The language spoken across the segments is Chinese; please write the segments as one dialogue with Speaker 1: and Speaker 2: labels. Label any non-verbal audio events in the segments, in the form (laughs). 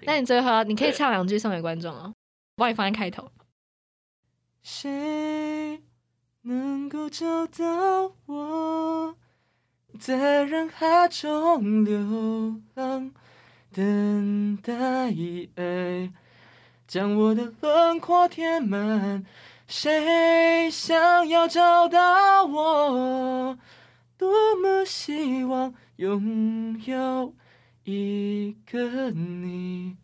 Speaker 1: 听。
Speaker 2: 那你最后你可以唱两句送给观众哦，我帮你放在开头。
Speaker 1: 谁能够找到我，在人海中流浪，等待将我的轮廓填满？谁想要找到我？多么希望拥有一个你，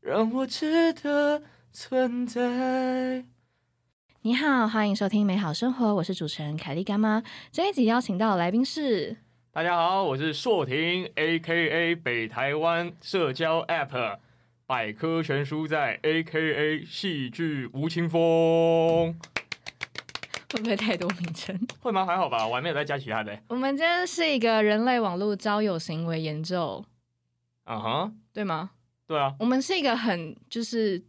Speaker 1: 让我值得存在。
Speaker 2: 你好，欢迎收听《美好生活》，我是主持人凯莉干妈。这一集邀请到的来宾是，
Speaker 1: 大家好，我是硕婷，A K A 北台湾社交 App 百科全书在 A K A 戏剧吴青峰，
Speaker 2: 会不会太多名称？
Speaker 1: 会吗？还好吧，我还没有再加其他的欸。
Speaker 2: (laughs) 我们今天是一个人类网络交友行为研究，
Speaker 1: 嗯哼，
Speaker 2: 对吗？
Speaker 1: 对啊，
Speaker 2: 我们是一个很就是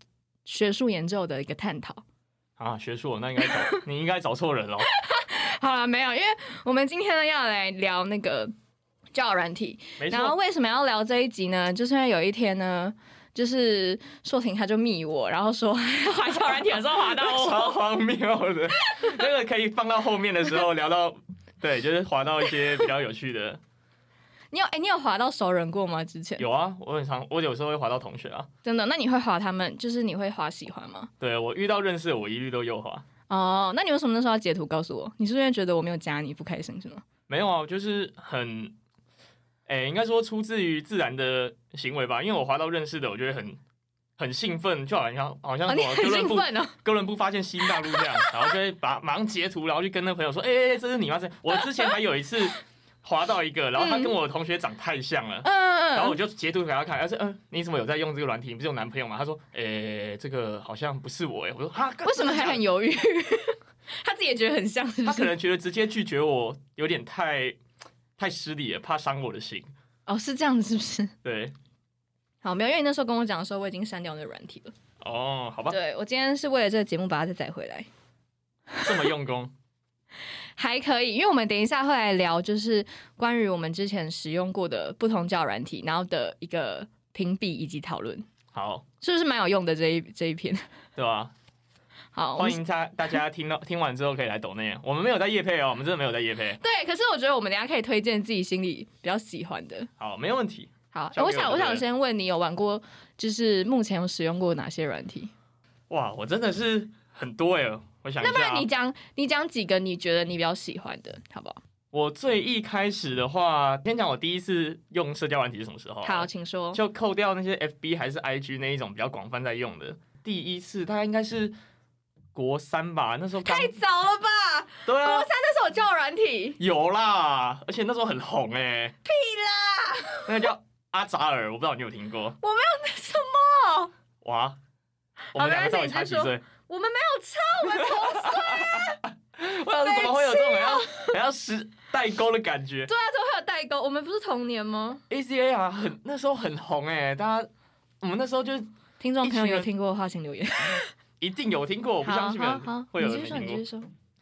Speaker 2: 学术研究的一个探讨。
Speaker 1: 啊，学术哦，那应该找你应该找错人了。
Speaker 2: 好了，没有，因为我们今天呢要来聊那个交友软体，
Speaker 1: 没
Speaker 2: 然后
Speaker 1: 错，
Speaker 2: 为什么要聊这一集呢？就是因为有一天呢，就是硕婷他就密我，然后说 (laughs) 滑交友软体的时候滑
Speaker 1: (laughs)
Speaker 2: 到我，
Speaker 1: 超荒谬的，那个可以放到后面的时候聊到，对，就是滑到一些比较有趣的。
Speaker 2: 你有哎、你有滑到熟人过吗？之前
Speaker 1: 有啊，我很常，我有时候会滑到同学啊。
Speaker 2: 真的？那你会滑他们？就是你会滑喜欢吗？
Speaker 1: 对我遇到认识的，我一律都右滑。
Speaker 2: 哦，那你为什么那时候要截图告诉我？你是不是觉得我没有加你不开心是吗？
Speaker 1: 没有啊，就是很，哎、应该说出自于自然的行为吧。因为我滑到认识的，我觉得很很兴奋，就好像好像
Speaker 2: 啊，
Speaker 1: 什
Speaker 2: 你
Speaker 1: 么
Speaker 2: 很
Speaker 1: 哥伦
Speaker 2: 兴
Speaker 1: 布
Speaker 2: 奋哦，
Speaker 1: 哥伦布发现新大陆这样，然后就会把马上截图，然后就跟那朋友说：“哎、哎哎，这是你吗？”这我之前还有一次滑到一个，然后他跟我同学长太像了。
Speaker 2: 嗯
Speaker 1: 然
Speaker 2: 嗯
Speaker 1: 后我就截图给他看，他说：“嗯、你怎么有在用这个软体？你不是有男朋友吗？”他说：“诶、这个好像不是我诶、我说：“哈，
Speaker 2: 嗯，为什么还很犹豫？ (laughs) 他自己也觉得很像，是不
Speaker 1: 他可
Speaker 2: 是？
Speaker 1: 能觉得直接拒绝我有点太太失礼了，怕伤我的心。
Speaker 2: 哦，是这样，是不是？
Speaker 1: 对，
Speaker 2: 好，没有，因为你那时候跟我讲的时候，我已经删掉那个软体了。
Speaker 1: 哦，好吧，
Speaker 2: 对我今天是为了这个节目把它再载回来，
Speaker 1: 这么用功，
Speaker 2: 还可以，因为我们等一下会来聊，就是关于我们之前使用过的不同教软体，然后的一个评比以及讨论，
Speaker 1: 好，
Speaker 2: 是不是蛮有用的这一这一篇？ (laughs)
Speaker 1: 对吧？
Speaker 2: 好，我
Speaker 1: 欢
Speaker 2: 们
Speaker 1: 迎大大家听到听完之后可以来抖内，我们没有在夜配哦，我们真的没有在夜配。
Speaker 2: 对，可是我觉得我们等一下可以推荐自己心里比较喜欢的。
Speaker 1: 好，没有问题。
Speaker 2: 好，
Speaker 1: 交给
Speaker 2: 我
Speaker 1: 我
Speaker 2: 想
Speaker 1: 对
Speaker 2: 我
Speaker 1: 不对
Speaker 2: 想先问你，有玩过就是目前有使用过哪些软体？
Speaker 1: 哇，我真的是很多哎，我想一
Speaker 2: 那不
Speaker 1: 下
Speaker 2: 然
Speaker 1: 啊
Speaker 2: 你，讲你讲几个你觉得你比较喜欢的，好不好？
Speaker 1: 我最一开始的话，先讲我第一次用社交软体是什么时候？啊
Speaker 2: 好，，请说。
Speaker 1: 就扣掉那些 FB 还是 IG 那一种比较广泛在用的，第一次大概应该是国三吧，那时候刚
Speaker 2: 太早了吧？
Speaker 1: 对
Speaker 2: 国
Speaker 1: 啊
Speaker 2: 三，那是我教软体，
Speaker 1: 有啦，而且那时候很红哎、屁啦，那个叫阿扎尔，我不知道你有听过
Speaker 2: 什么？
Speaker 1: 哇？我
Speaker 2: 好
Speaker 1: 们
Speaker 2: 没
Speaker 1: 两个到
Speaker 2: 关
Speaker 1: 底
Speaker 2: 系
Speaker 1: 差
Speaker 2: 你
Speaker 1: 几
Speaker 2: 先
Speaker 1: 岁？
Speaker 2: 我们没有差，我们同岁。
Speaker 1: 我想说怎么会有这种
Speaker 2: 啊
Speaker 1: 好像好像时代沟的感觉
Speaker 2: 对啊， (laughs) 怎么会有代沟？我们不是同年吗？
Speaker 1: ？ACA 啊，很那时候很红哎、大家我们那时候就
Speaker 2: 听众朋友
Speaker 1: 一群人
Speaker 2: 有听过的话，请留言。
Speaker 1: 一定有听过， (laughs) 我不相信没有人会有人没听过。
Speaker 2: 说。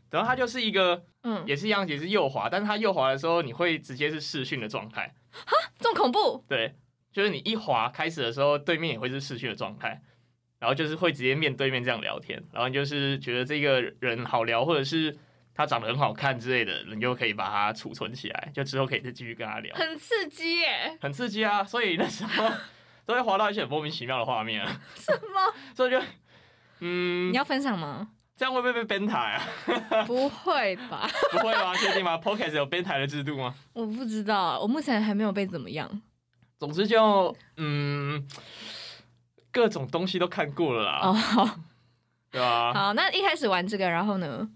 Speaker 1: 然后它就是一个
Speaker 2: 嗯，
Speaker 1: 也是一样，也是右滑，但是它右滑的时候，你会直接是视讯的状态，
Speaker 2: 这么恐怖，
Speaker 1: 对，就是你一滑开始的时候，对面也会是视讯的状态，然后就是会直接面对面这样聊天，然后你就是觉得这个人好聊，或者是他长得很好看之类的，你就可以把它储存起来，就之后可以再继续跟他聊，
Speaker 2: 很刺激耶！
Speaker 1: 很刺激啊！所以那时候都会滑到一些很莫名其妙的画面，
Speaker 2: 什么？
Speaker 1: 所以就嗯
Speaker 2: (laughs) 你，要分享吗？
Speaker 1: 这样会不会被编台啊？
Speaker 2: (laughs)
Speaker 1: (laughs)
Speaker 2: 不会吧？
Speaker 1: 不会吗？确定吗 p o c k e t 有编台的制度吗？
Speaker 2: 我不知道，我目前还没有被怎么样。
Speaker 1: 总之就嗯，各种东西都看过了啦，
Speaker 2: 哦，好，
Speaker 1: 对啊吧、
Speaker 2: 好，那一开始玩这个，然后呢？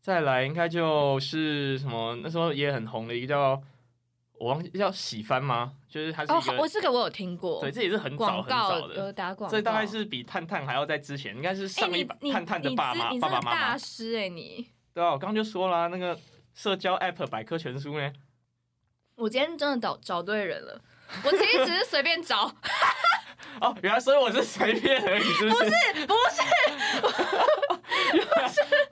Speaker 1: 再来应该就是什么那时候也很红的一个叫我忘记叫喜番吗？就是它是
Speaker 2: 哦，
Speaker 1: 一
Speaker 2: 好
Speaker 1: 个、
Speaker 2: 我这个我有听过
Speaker 1: 对，，这也是很早
Speaker 2: 广
Speaker 1: 很
Speaker 2: 告
Speaker 1: 早
Speaker 2: 有
Speaker 1: 的，
Speaker 2: 打广告，
Speaker 1: 这大概是比探探还要在之前，应该是
Speaker 2: 哎
Speaker 1: 上一
Speaker 2: 你
Speaker 1: 版
Speaker 2: 你
Speaker 1: 探探的
Speaker 2: 你
Speaker 1: 爸
Speaker 2: 知
Speaker 1: 妈
Speaker 2: 你
Speaker 1: 爸
Speaker 2: 真的
Speaker 1: 爸妈
Speaker 2: 大
Speaker 1: 妈。
Speaker 2: 师哎你。
Speaker 1: 对啊，我刚刚就说啦，那个社交 App 百科全书呢，
Speaker 2: 我今天真的找找对人
Speaker 1: (laughs)
Speaker 2: 了，我其实只是随便找，
Speaker 1: 哦，原来所以我是随便而已，是不是？
Speaker 2: 不是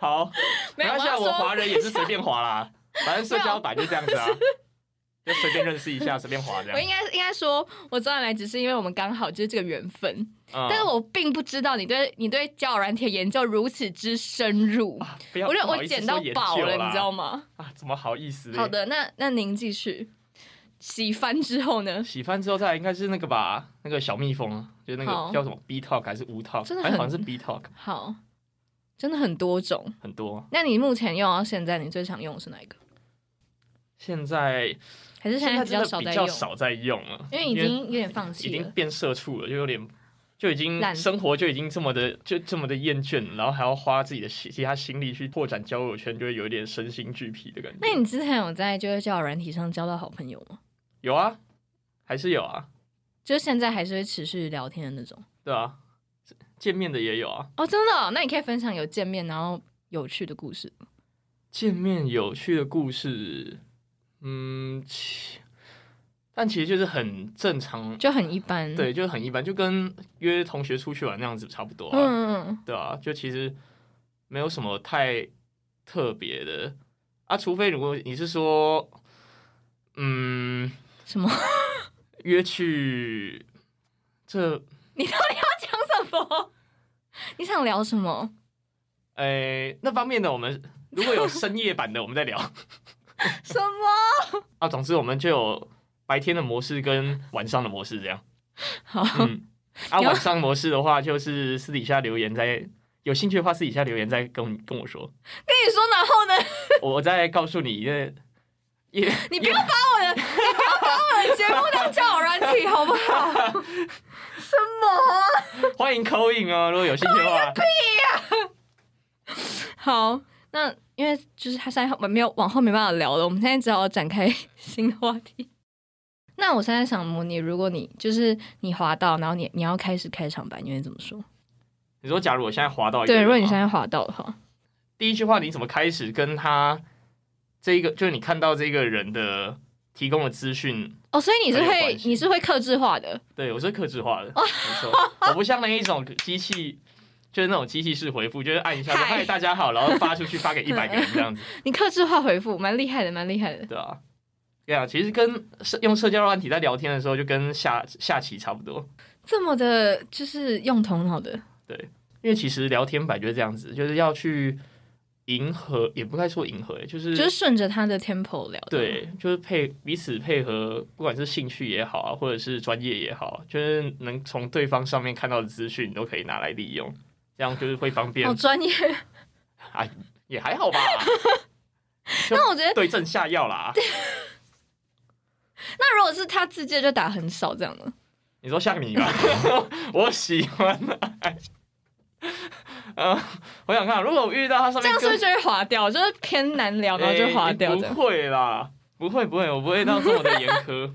Speaker 1: 好，
Speaker 2: 没
Speaker 1: 没
Speaker 2: 有
Speaker 1: 关系啊， (laughs)
Speaker 2: 我要
Speaker 1: 我
Speaker 2: 说
Speaker 1: 华人也是随便滑啦，反正社交版就这样子啊。就随便认识一下，随便滑这
Speaker 2: 我
Speaker 1: 样。
Speaker 2: 应该应该说，我找你来只是因为我们刚好就是这个缘分，
Speaker 1: 嗯
Speaker 2: 但是我并不知道你对你对交友软体的研究如此之深入，
Speaker 1: (laughs) 不啊要
Speaker 2: 我觉得
Speaker 1: 不好
Speaker 2: 我
Speaker 1: 意思
Speaker 2: 捡到
Speaker 1: 说研
Speaker 2: 宝
Speaker 1: 究
Speaker 2: 了，
Speaker 1: 啦
Speaker 2: 你知道吗？
Speaker 1: 啊？怎么好意思？
Speaker 2: 好，的，那那您继续。洗翻之后呢？
Speaker 1: 洗翻之后再来应该是那个吧，那个小蜜蜂啊，就那
Speaker 2: 好
Speaker 1: 个叫什么 B Talk 还是 U Talk，
Speaker 2: 真的
Speaker 1: 还
Speaker 2: 很
Speaker 1: 好像是 B Talk
Speaker 2: 好，真的很多种。
Speaker 1: 很多。
Speaker 2: 那你目前用到现在，你最常用的是哪一个？
Speaker 1: 现在
Speaker 2: 还是现在
Speaker 1: 在
Speaker 2: 比较
Speaker 1: 真
Speaker 2: 少
Speaker 1: 的
Speaker 2: 在
Speaker 1: 比
Speaker 2: 用
Speaker 1: 较？少在用了，
Speaker 2: 因为已经有点放
Speaker 1: 已
Speaker 2: 弃
Speaker 1: 经
Speaker 2: 了。
Speaker 1: 变社畜了，就有点就已经
Speaker 2: 懒
Speaker 1: 生活就已经这么的就这么的厌倦了，然后还要花自己的其他心力去拓展交友圈，就会有一点身心俱疲的感觉。
Speaker 2: 那你之前有在就是交友软体上交到好朋友吗？
Speaker 1: 有啊，还是有啊，
Speaker 2: 就是现在还是会持续聊天的那种？
Speaker 1: 对啊，见面的也有啊，
Speaker 2: 哦，真的哦、那你可以分享有见面然后有趣的故事。
Speaker 1: 见面有趣的故事，嗯，其但其实就是很正常，
Speaker 2: 就很一般。
Speaker 1: 对，就是很一般，就跟约同学出去玩那样子差不多啊。
Speaker 2: 嗯，嗯嗯，
Speaker 1: 对啊，就其实没有什么太特别的啊，除非如果你是说，嗯，
Speaker 2: 什么？
Speaker 1: 约去这，
Speaker 2: 讲什么？ (laughs) 你想聊什么？
Speaker 1: 诶、那方面的我们如果有深夜版的，我们再聊
Speaker 2: 什么？
Speaker 1: 啊。总之，我们就有白天的模式跟晚上的模式这样。
Speaker 2: (laughs) 好，
Speaker 1: 嗯，啊，
Speaker 2: 你要
Speaker 1: 晚上模式的话，就是私底下留言再。有兴趣的话，私底下留言再跟我跟
Speaker 2: (laughs)
Speaker 1: 我说，
Speaker 2: 跟你说，然后呢？ (laughs)
Speaker 1: 我我再告诉你，因为也
Speaker 2: 你不要把我的，你不要把我的节目当交友软 (laughs) 体，好不好？什么？
Speaker 1: 欢迎扣印哦，如果有兴趣的话。
Speaker 2: 好，那因为就是他现在我们没有往后没办法聊了，我们现在只好展开新的话题。 (laughs) 那我现在想模拟，如果你就是你滑到，然后你你要开始开场白，你会怎么说？
Speaker 1: 你说，假如我现在滑到一个
Speaker 2: 对，
Speaker 1: 人
Speaker 2: 如
Speaker 1: 吗，
Speaker 2: 果你现在滑到的话，
Speaker 1: 第一句话你怎么开始跟他这一个，就是你看到这个人的提供的资讯，
Speaker 2: 哦，所以你是
Speaker 1: 很有
Speaker 2: 会
Speaker 1: 关系
Speaker 2: 你是会克制化的，
Speaker 1: 对我是克制化的，没错，我不像那一种机器，就是那种机器式回复，就是按一下说
Speaker 2: 嗨
Speaker 1: 嗨大家好，然后发出去发给一百个人这样子，
Speaker 2: 你克制化回复，蛮厉害的，蛮厉害的。
Speaker 1: 对啊。对啊，其实跟社用社交软体在聊天的时候，就跟下下棋差不多。
Speaker 2: 这么的，就是用头脑的，
Speaker 1: 因为其实聊天版就是这样子，就是要去迎合，也不该说迎合，欸就是
Speaker 2: 就是顺着他的 tempo 聊。，
Speaker 1: 对，就是配彼此配合，不管是兴趣也好啊，或者是专业也好，就是能从对方上面看到的资讯，你都可以拿来利用，这样就是会方便
Speaker 2: 好，专
Speaker 1: (laughs)
Speaker 2: 业。
Speaker 1: 也还好吧。
Speaker 2: 那我觉得，
Speaker 1: (laughs) 对症下药啦。
Speaker 2: 那如果是他自荐就打很少这样的，
Speaker 1: 你说像
Speaker 2: (laughs)
Speaker 1: 你吧，我喜欢啊。呃， (laughs) 我想看，如果我遇到他上
Speaker 2: 这
Speaker 1: 面
Speaker 2: 样是不
Speaker 1: 跟
Speaker 2: 是就会划掉？就是偏难聊，然后就划掉
Speaker 1: 哎
Speaker 2: 这样。
Speaker 1: 不会啦，不会不会，我不会到这么的严
Speaker 2: (laughs)
Speaker 1: 苛。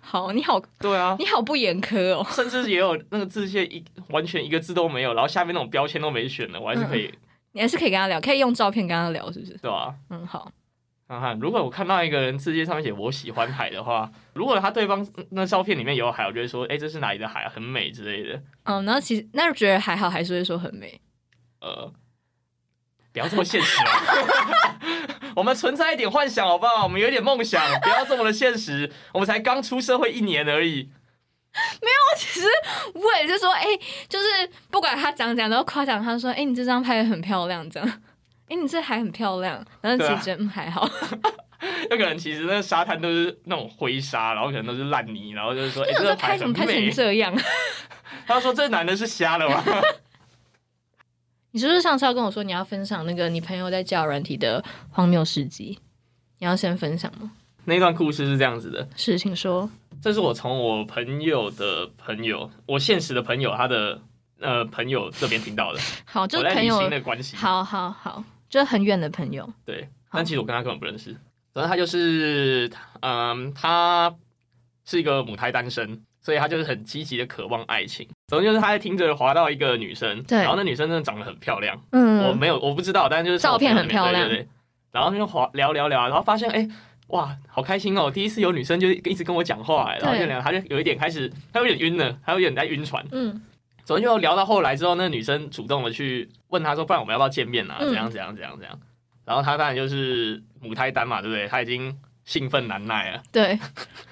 Speaker 2: 好，你好，
Speaker 1: 对啊，
Speaker 2: 你好不严苛哦。
Speaker 1: 甚至也有那个字界一完全一个字都没有，然后下面那种标签都没选的，我还是可以，
Speaker 2: 你还是可以跟他聊，可以用照片跟他聊，是不是？
Speaker 1: 对吧、啊
Speaker 2: 嗯，好，
Speaker 1: 看看，如果我看到一个人字界上面写“我喜欢海”的话，如果他对方那照片里面有海，我就会说：“哎、这是哪里的海啊？很美之类的。
Speaker 2: 嗯，然后其实那觉得还好，还是会说很美。”
Speaker 1: 呃，不要这么现实啊！ (laughs) 我们存在一点幻想好不好？我们有一点梦想，不要这么的现实。我们才刚出社会一年而已，
Speaker 2: 我也是说，哎、就是不管他讲讲，都夸奖他说，哎、你这张拍的很漂亮，这样，哎、你这还很漂亮，然后其
Speaker 1: 啊
Speaker 2: 实觉得、嗯还好，
Speaker 1: 那个人其实那个沙滩都是那种灰沙，然后可能都是烂泥，然后就是说：“哎、
Speaker 2: 想
Speaker 1: 这
Speaker 2: 说
Speaker 1: 个
Speaker 2: 拍
Speaker 1: 海
Speaker 2: 什
Speaker 1: 很
Speaker 2: 么拍成
Speaker 1: 美。
Speaker 2: 这样？”
Speaker 1: 他说：“这男的是瞎了吗？” (laughs)
Speaker 2: 你是不是上次要跟我说你要分享那个你朋友在交友软体的荒谬事迹？你要先分享吗？
Speaker 1: 那段故事是这样子的，
Speaker 2: 是，请说。
Speaker 1: 这是我从我朋友的朋友，我现实的朋友，他的呃朋友这边听到的，
Speaker 2: 好，就
Speaker 1: 我
Speaker 2: 是
Speaker 1: 在
Speaker 2: 朋
Speaker 1: 理
Speaker 2: 友
Speaker 1: 清，的关系。
Speaker 2: 好好好，就是很远的朋友。
Speaker 1: 对，但其实我跟他根本不认识。反正他就是，嗯，他是一个母胎单身，所以他就是很积极的渴望爱情。总之就是他在听着滑到一个女生，
Speaker 2: 对
Speaker 1: 然后那女生真的长得很漂亮，我
Speaker 2: 嗯，
Speaker 1: 没有我不知道，但就是从
Speaker 2: 照片
Speaker 1: 朋友那边
Speaker 2: 很漂亮
Speaker 1: 对对对。然后就滑聊聊聊，然后发现哎。哇，好开心哦！第一次有女生就一直跟我讲话，哎然后
Speaker 2: 对
Speaker 1: 就聊，他就有一点开始，他有点晕了，他有点在晕船。
Speaker 2: 嗯，
Speaker 1: 总之就聊到后来之后，那女生主动的去问他说，不然我们要不要见面啊？
Speaker 2: 嗯
Speaker 1: 怎样怎样怎样怎样？然后他当然就是母胎单嘛，对不对？他已经兴奋难耐啊，
Speaker 2: 对，
Speaker 1: (laughs)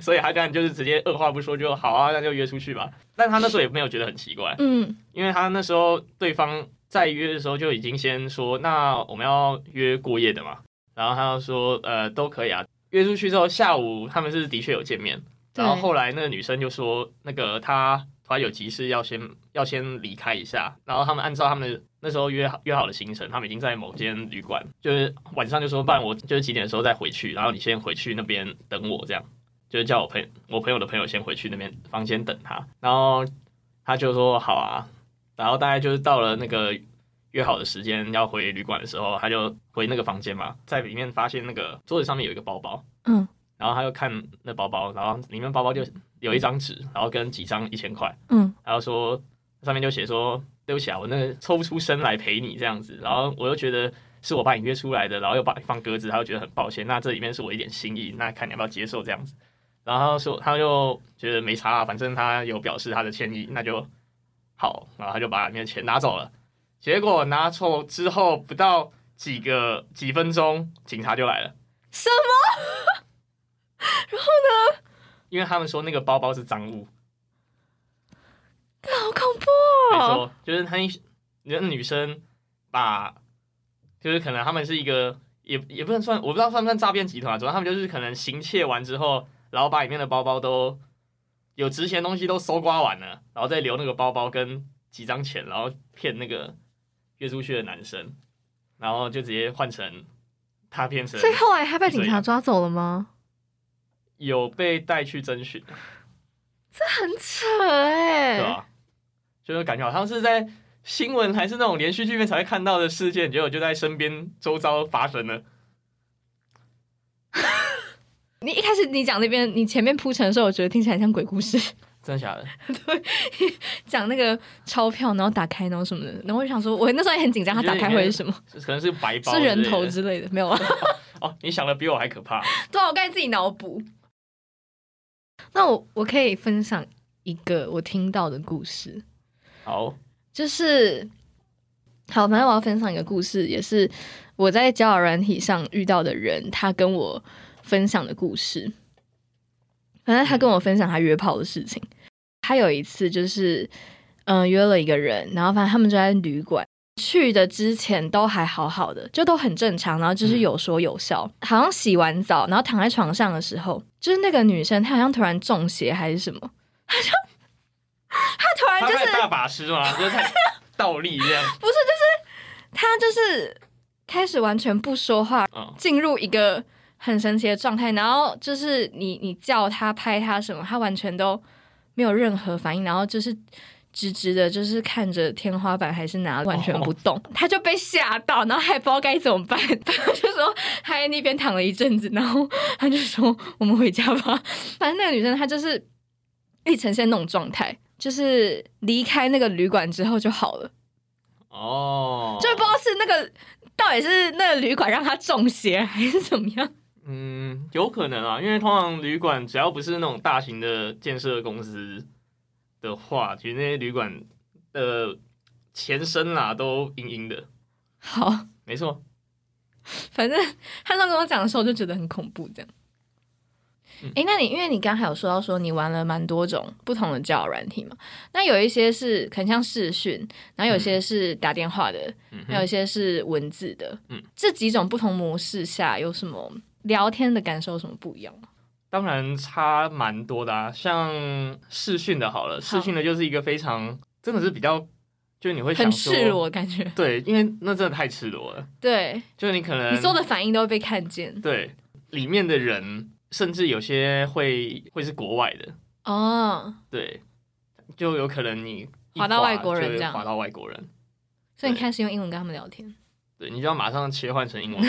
Speaker 1: 所以他当然就是直接二话不说就好啊，那就约出去吧。但他那时候也没有觉得很奇怪，
Speaker 2: 嗯
Speaker 1: 因为他那时候对方在约的时候就已经先说，那我们要约过夜的嘛，然后他就说，呃，都可以啊。约出去之后，下午他们是的确有见面，
Speaker 2: 对
Speaker 1: 然后后来那个女生就说，那个她突然有急事要先 (laughs) 要先离开一下，然后他们按照他们的那时候约好约好的行程，他们已经在某间旅馆，就是晚上就说，不然我就是几点的时候再回去，然后你先回去那边等我这样。就是叫我朋我朋友的朋友先回去那边房间等他，然后他就说好啊，然后大概就是到了那个约好的时间要回旅馆的时候，他就回那个房间嘛，在里面发现那个桌子上面有一个包包，
Speaker 2: 嗯
Speaker 1: 然后他就看那包包，然后里面包包就有一张纸，然后跟几张一千块，
Speaker 2: 嗯，
Speaker 1: 然后说上面就写说对不起啊，我那个抽不出身来陪你这样子，然后我又觉得是我把你约出来的，然后又把你放鸽子，他就觉得很抱歉，那这里面是我一点心意，那看你要不要接受这样子，然后他说他就觉得没差啊，反正他有表示他的歉意，那就好，然后他就把里面的钱拿走了，结果拿走之后不到几个几分钟，警察就来了，
Speaker 2: 什么？
Speaker 1: 因为他们说那个包包是赃物。
Speaker 2: 好恐怖
Speaker 1: 没
Speaker 2: 哦！
Speaker 1: 错，就是他一那女生把，就是可能他们是一个也也不能算，我不知道算不算诈骗集团啊，主要他们就是可能行窃完之后，然后把里面的包包都有值钱东西都搜刮完了，然后再留那个包包跟几张钱，然后骗那个约出去的男生，然后就直接换成他变成
Speaker 2: 所以后来他被警察抓走了吗？
Speaker 1: 有被带去征询，
Speaker 2: 很扯哎、
Speaker 1: 对啊吧、就是感觉好像是在新闻还是那种连续剧里面才会看到的事件，结果就在身边周遭发生了。
Speaker 2: 你一开始你讲那边，你前面铺陈的时候，我觉得听起来像鬼故事， (laughs)
Speaker 1: 真的假的？
Speaker 2: 讲那个钞票，然后打开，然后什么的，然后我就想说，我那时候也很紧张，他
Speaker 1: 你觉
Speaker 2: 打
Speaker 1: 得
Speaker 2: 开会是什么？
Speaker 1: 可能是白包
Speaker 2: 是人头
Speaker 1: 之类
Speaker 2: 之类的，没有啊？
Speaker 1: 的哦。你想的比我还可怕。
Speaker 2: 对啊，我刚才自己脑补。那我我可以分享一个我听到的故事，
Speaker 1: 好，
Speaker 2: 就是好，反正我要分享一个故事，也是我在交友软体上遇到的人，他跟我分享的故事。反正他跟我分享他约炮的事情。他有一次就是，嗯、约了一个人，然后反正他们就在旅馆。去的之前都还好好的，就都很正常，然后就是有说有笑，好像洗完澡，然后躺在床上的时候，就是那个女生她好像突然中邪还是什么，她就她
Speaker 1: 他
Speaker 2: 突然啊就是
Speaker 1: 太大法师嘛，就是太倒立
Speaker 2: (laughs)
Speaker 1: 这样。
Speaker 2: 他就是开始完全不说话，
Speaker 1: 嗯，
Speaker 2: 进入一个很神奇的状态，然后就是你你叫他拍他什么，他完全都没有任何反应，然后就是直直的，就是看着天花板还是哪里，完全不动，他就被吓到，然后还不知道该怎么办，他就说他在那边躺了一阵子，然后他就说我们回家吧，反正那个女生她就是一直呈现那种状态。就是离开那个旅馆之后就好了，
Speaker 1: 哦，
Speaker 2: 就不知道是那个到底是那个旅馆让他中邪还是怎么样。
Speaker 1: 嗯，有可能啊，因为通常旅馆只要不是那种大型的建设公司的话，其实那些旅馆的前身啦、都阴阴的。
Speaker 2: 好，
Speaker 1: 没错，
Speaker 2: 反正他那时候跟我讲的时候，我就觉得很恐怖这样。
Speaker 1: 嗯
Speaker 2: 诶，那你因为你刚才有说到说你玩了蛮多种不同的交友软体嘛，那有一些是很像视讯，然后有些是打电话的，
Speaker 1: 嗯哼
Speaker 2: 还有一些是文字的。
Speaker 1: 嗯，
Speaker 2: 这几种不同模式下有什么聊天的感受有什么不一样吗？
Speaker 1: 当然差蛮多的啊，像视讯的好了，视讯的就是一个非常真的是比较，就是你会想
Speaker 2: 很
Speaker 1: 说
Speaker 2: 赤裸，的感觉。
Speaker 1: 对，因为那真的太赤裸了，
Speaker 2: 对，
Speaker 1: 就是你可能
Speaker 2: 你做的反应都会被看见
Speaker 1: 对里面的人，甚至有些会会是国外的，
Speaker 2: 哦，
Speaker 1: 对，就有可能你一
Speaker 2: 滑到外国人
Speaker 1: 就会
Speaker 2: 这样
Speaker 1: 滑到外国人，
Speaker 2: 所以你
Speaker 1: 对
Speaker 2: 开始用英文跟他们聊天。
Speaker 1: 对，你就要马上切换成
Speaker 2: (laughs)
Speaker 1: 英文，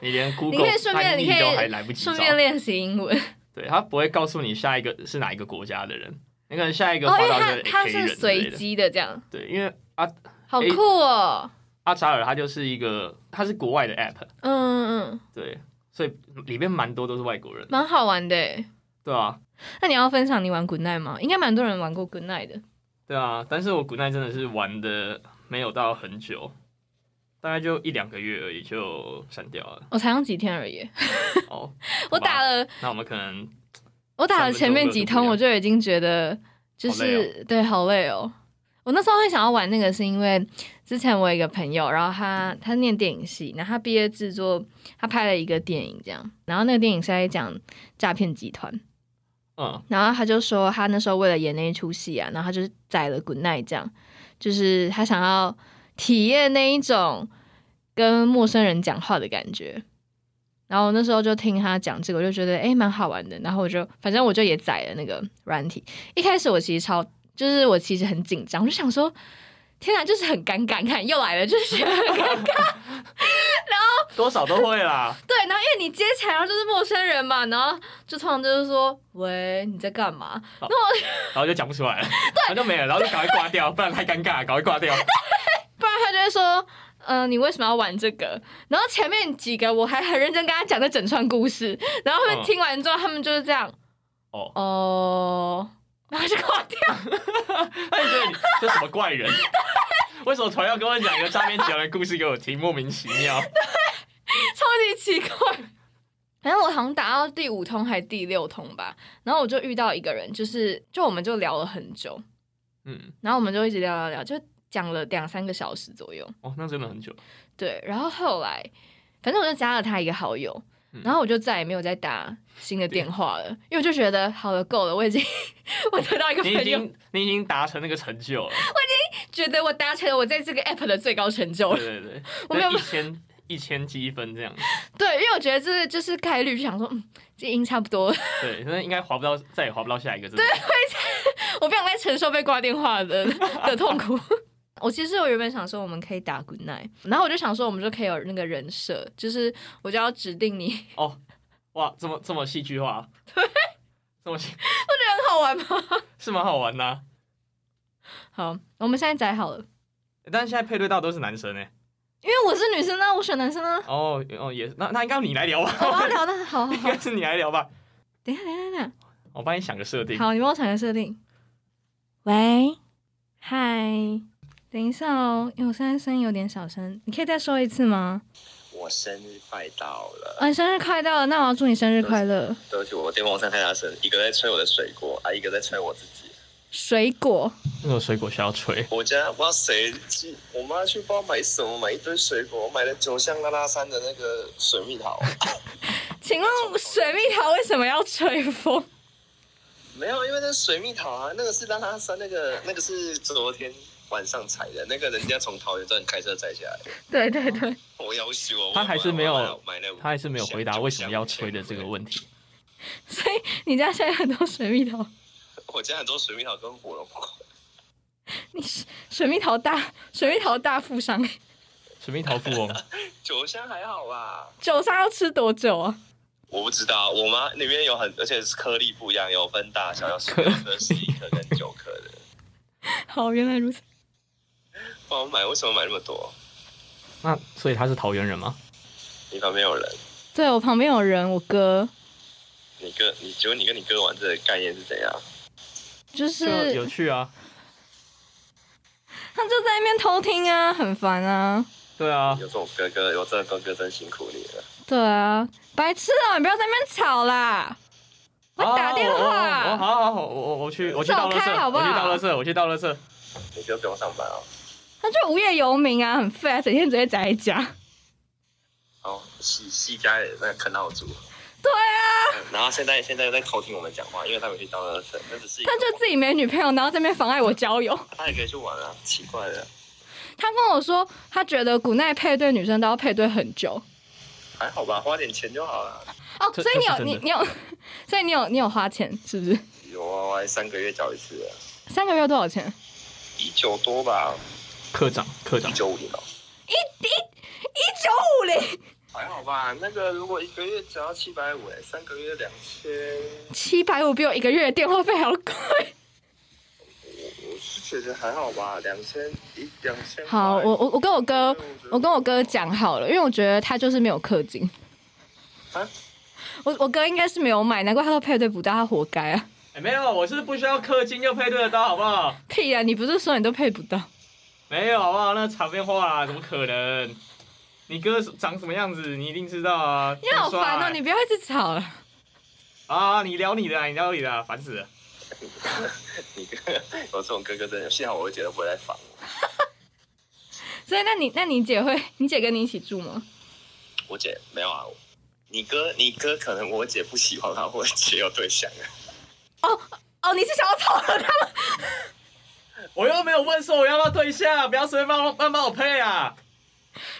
Speaker 1: 你连 Google
Speaker 2: 可以顺便
Speaker 1: 翻译
Speaker 2: 你可以
Speaker 1: 都还来不及找
Speaker 2: 顺，便练习英文
Speaker 1: 对他不会告诉你下一个是哪一个国家的人，你可能下一个
Speaker 2: 哦，
Speaker 1: 滑
Speaker 2: 因为
Speaker 1: 到
Speaker 2: 他
Speaker 1: 就是
Speaker 2: 他
Speaker 1: AK 人
Speaker 2: 是
Speaker 1: 之类
Speaker 2: 随
Speaker 1: 的，
Speaker 2: 机的这样，
Speaker 1: 对，因为阿
Speaker 2: 好酷哦，
Speaker 1: 阿扎尔它就是一个，它是国外的 app，
Speaker 2: 嗯嗯嗯，
Speaker 1: 对，所以里面蛮多都是外国人，
Speaker 2: 蛮好玩的耶。
Speaker 1: 对啊，
Speaker 2: 那你要分享你玩 Good Night 吗？应该蛮多人玩过 Good Night 的，。
Speaker 1: 对啊。但是我古奈真的是玩的没有到很久，大概就一两个月而已就删掉了
Speaker 2: (laughs) 我才用几天而已，
Speaker 1: 哦，
Speaker 2: 我打
Speaker 1: 了，
Speaker 2: 了
Speaker 1: 那我们可能
Speaker 2: 我打了前面几通，我就已经觉得就
Speaker 1: 好累
Speaker 2: 是、对好累哦。我那时候会想要玩那个，是因为之前我有一个朋友，然后
Speaker 1: 嗯
Speaker 2: 他他念电影系，然后他毕业制作，他拍了一个电影这样，然后那个电影是在讲诈骗集团，
Speaker 1: 嗯
Speaker 2: 然后他就说，他那时候为了演那一出戏啊，然后他就载了 Good Night 这样，就是他想要体验那一种跟陌生人讲话的感觉。然后我那时候就听他讲这个，我就觉得诶蛮好玩的。然后我就反正我就也载了那个软体。一开始我其实超，就是我其实很紧张，我就想说，天哪，就是很尴尬，你看又来了，就是 (laughs) 很尴尬。
Speaker 1: 多少都会啦。
Speaker 2: 对，然后因为你接起来，然后就是陌生人嘛，然后就通常就是说，喂，你在干嘛？
Speaker 1: 然后就讲不出
Speaker 2: (laughs)
Speaker 1: 来了，然后就没了，然后就赶快挂掉，不然太尴尬，赶快挂掉。
Speaker 2: 不然他就会说，嗯、你为什么要玩这个？然后前面几个我还很认真跟他讲这整串故事，然后他们
Speaker 1: 嗯
Speaker 2: 听完之后，他们就是这样，
Speaker 1: 哦
Speaker 2: 哦，然后就挂掉。 (laughs)
Speaker 1: 那你觉哎得你这什么怪人？为什么突然要跟我讲一个诈骗集团的故事给我听？莫名其妙。
Speaker 2: 超级奇怪。反正我好像打到第五通还第六通吧，然后我就遇到一个人，就是就我们就聊了很久，
Speaker 1: 嗯，
Speaker 2: 然后我们就一直聊聊聊，就讲了两三个小时左右。
Speaker 1: 哦，那真的很久。
Speaker 2: 对，然后后来反正我就加了他一个好友，
Speaker 1: 嗯
Speaker 2: 然后我就再也没有再打新的电话了，因为我就觉得好了够了，我已经 (laughs) 我得到一个
Speaker 1: (laughs) 你
Speaker 2: 朋
Speaker 1: 已
Speaker 2: 友，
Speaker 1: 经你已经达成那个成就了，
Speaker 2: 觉得我达成了我在这个 app 的最高成就了。
Speaker 1: 对对对，
Speaker 2: (laughs) (laughs) 我没有
Speaker 1: 就一千一千积分这样，
Speaker 2: 对，因为我觉得这就是概率，就想说嗯，这音差不多了，
Speaker 1: 对，那应该划不到，再也划不到下一个字。对，
Speaker 2: 我不想再承受被挂电话
Speaker 1: (laughs)
Speaker 2: 的的痛苦。 (laughs) 我其实我原本想说我们可以打 good night，然后我就想说我们就可以有那个人设，就是我就要指定你， (laughs) 很
Speaker 1: 哇，这么这么戏
Speaker 2: (laughs)
Speaker 1: 剧化，对，这么戏
Speaker 2: 好玩吗？ (laughs)
Speaker 1: 是蛮好玩的啊、
Speaker 2: 好，我们现在载好了，
Speaker 1: 但是现在配对到都是男生哎、
Speaker 2: 因为我是女生呢、啊我选男生呢、
Speaker 1: 哦哦也，那那应该你来聊吧，
Speaker 2: 我 (laughs) 要聊的哦好好
Speaker 1: 应 (laughs)
Speaker 2: 好，
Speaker 1: 该是你来聊吧，
Speaker 2: 等一下，等一下，等一下。
Speaker 1: 我帮你想个设定。
Speaker 2: 好，你帮我想个设定。喂，嗨，等一下哦，因为我现在声音有点小声，你可以再说一次吗？
Speaker 3: 我生日快到了，
Speaker 2: 啊，你生日快到了，那我要祝你生日快乐。
Speaker 3: 对不起，我电风扇太大声，一个在吹我的水果，啊，一个在吹我自己。
Speaker 2: 水果，
Speaker 1: 那种水果需要吹，
Speaker 3: 我家不知道谁去，我妈去不知道买什么，买一堆水果，我买了九香拉拉山的那个水蜜桃， (laughs)
Speaker 2: 请问水蜜桃为什么要吹风？
Speaker 3: 没有，因为那是水蜜桃啊，那个是拉拉山，那个那个是昨天晚上采的，那个人家从桃园站开车摘下来的。
Speaker 2: (laughs) 对对对，
Speaker 3: 我要求我，
Speaker 1: 他还是没有
Speaker 3: 我买了买了五
Speaker 1: 他还是没有回答
Speaker 3: 箱
Speaker 1: 为什么要吹的这个。问题。
Speaker 2: 所以你家现在很多水蜜桃，
Speaker 3: 我家很多水蜜桃跟火龙果，
Speaker 2: 你水蜜桃大，水蜜桃大富商，
Speaker 1: 水蜜桃富翁，
Speaker 3: 九香还好吧？
Speaker 2: 酒商要吃多久啊？
Speaker 3: 我不知道，我妈里面有很，而且是颗粒不一样，有分大小，有十六颗、十一颗跟九颗
Speaker 2: (laughs)
Speaker 3: 的。
Speaker 2: 好，原来如此。
Speaker 3: 帮我买，为什么买那么多？
Speaker 1: 那所以他是桃园人吗？
Speaker 3: 你旁边有人，
Speaker 2: 对我旁边有人，我哥
Speaker 3: 你哥，你请问你跟你哥玩这个概念是怎样？
Speaker 2: 就是
Speaker 1: 就有趣啊，
Speaker 2: 他就在那边偷听啊，很烦啊。
Speaker 1: 对啊，
Speaker 3: 有这种哥哥，有这种哥哥真辛苦你了。
Speaker 2: 对啊，白痴啊、你不要在那边吵啦！我打电话
Speaker 1: 哦哦哦哦好好好，我我我去我去
Speaker 2: 走
Speaker 1: 倒垃
Speaker 2: 开
Speaker 1: 圾，
Speaker 2: 好不
Speaker 1: 我去
Speaker 2: 好
Speaker 1: 倒垃圾，我去倒垃圾。
Speaker 3: 你哥不用上班哦。
Speaker 2: 他就无业游民啊，很废啊，整天只会宅在家。
Speaker 3: 哦，西西家的那个啃老族。
Speaker 2: 对
Speaker 3: 啊。然后现在现在在偷听我们讲话，因为他们去当了神，那只是一个
Speaker 2: 他就自己没女朋友，然后在那边妨碍我交友。
Speaker 3: 他也可以去玩啊，奇怪了。
Speaker 2: 他跟我说，他觉得古奈配对女生都要配对很久
Speaker 3: 还好吧，花点钱就好了。
Speaker 2: 哦，
Speaker 1: 这
Speaker 2: 所以你有
Speaker 1: 这是真的
Speaker 2: 你你有， (laughs) 所以你有你有花钱是不是？
Speaker 3: 有啊，我还三个月缴一次了，
Speaker 2: 三个月多少钱？
Speaker 3: 一九多吧，
Speaker 1: 科长科长
Speaker 3: 一，九五零哦。
Speaker 2: 一九五零，
Speaker 3: 还好吧，那个如果一个月只要七百五，三个月两千，
Speaker 2: 七百五比我一个月的电话费还要贵。
Speaker 3: 我是觉得还好吧，两千一两千块。
Speaker 2: 好，我我我跟我哥，我跟我哥讲好了，因为我觉得他就是没有氪金。
Speaker 3: 啊
Speaker 2: 我我哥应该是没有买，难怪他都配对不到，他活该啊！
Speaker 1: 哎没有，我是不需要氪金就配对得到，好不好？
Speaker 2: 屁啊！你不是说你都配不到？
Speaker 1: 没有好不好？那场面话啦，怎么可能？你哥长什么样子，你一定知道啊。
Speaker 2: 你好
Speaker 1: 很帅
Speaker 2: 烦哦，你不要一直吵了。
Speaker 1: 啊，你聊你的啊，你聊你的啊，烦死了。
Speaker 3: 你哥，我这种哥哥真的，幸好我姐都不会来烦我。
Speaker 2: 所以，那你那你姐会，你姐跟你一起住吗？
Speaker 3: 我姐没有啊，你哥，你哥可能我姐不喜欢他，或者姐有对象啊。
Speaker 2: 哦，你是想要吵了她？
Speaker 1: 我又没有问说我要不要对象，不要随便帮我帮帮我配啊。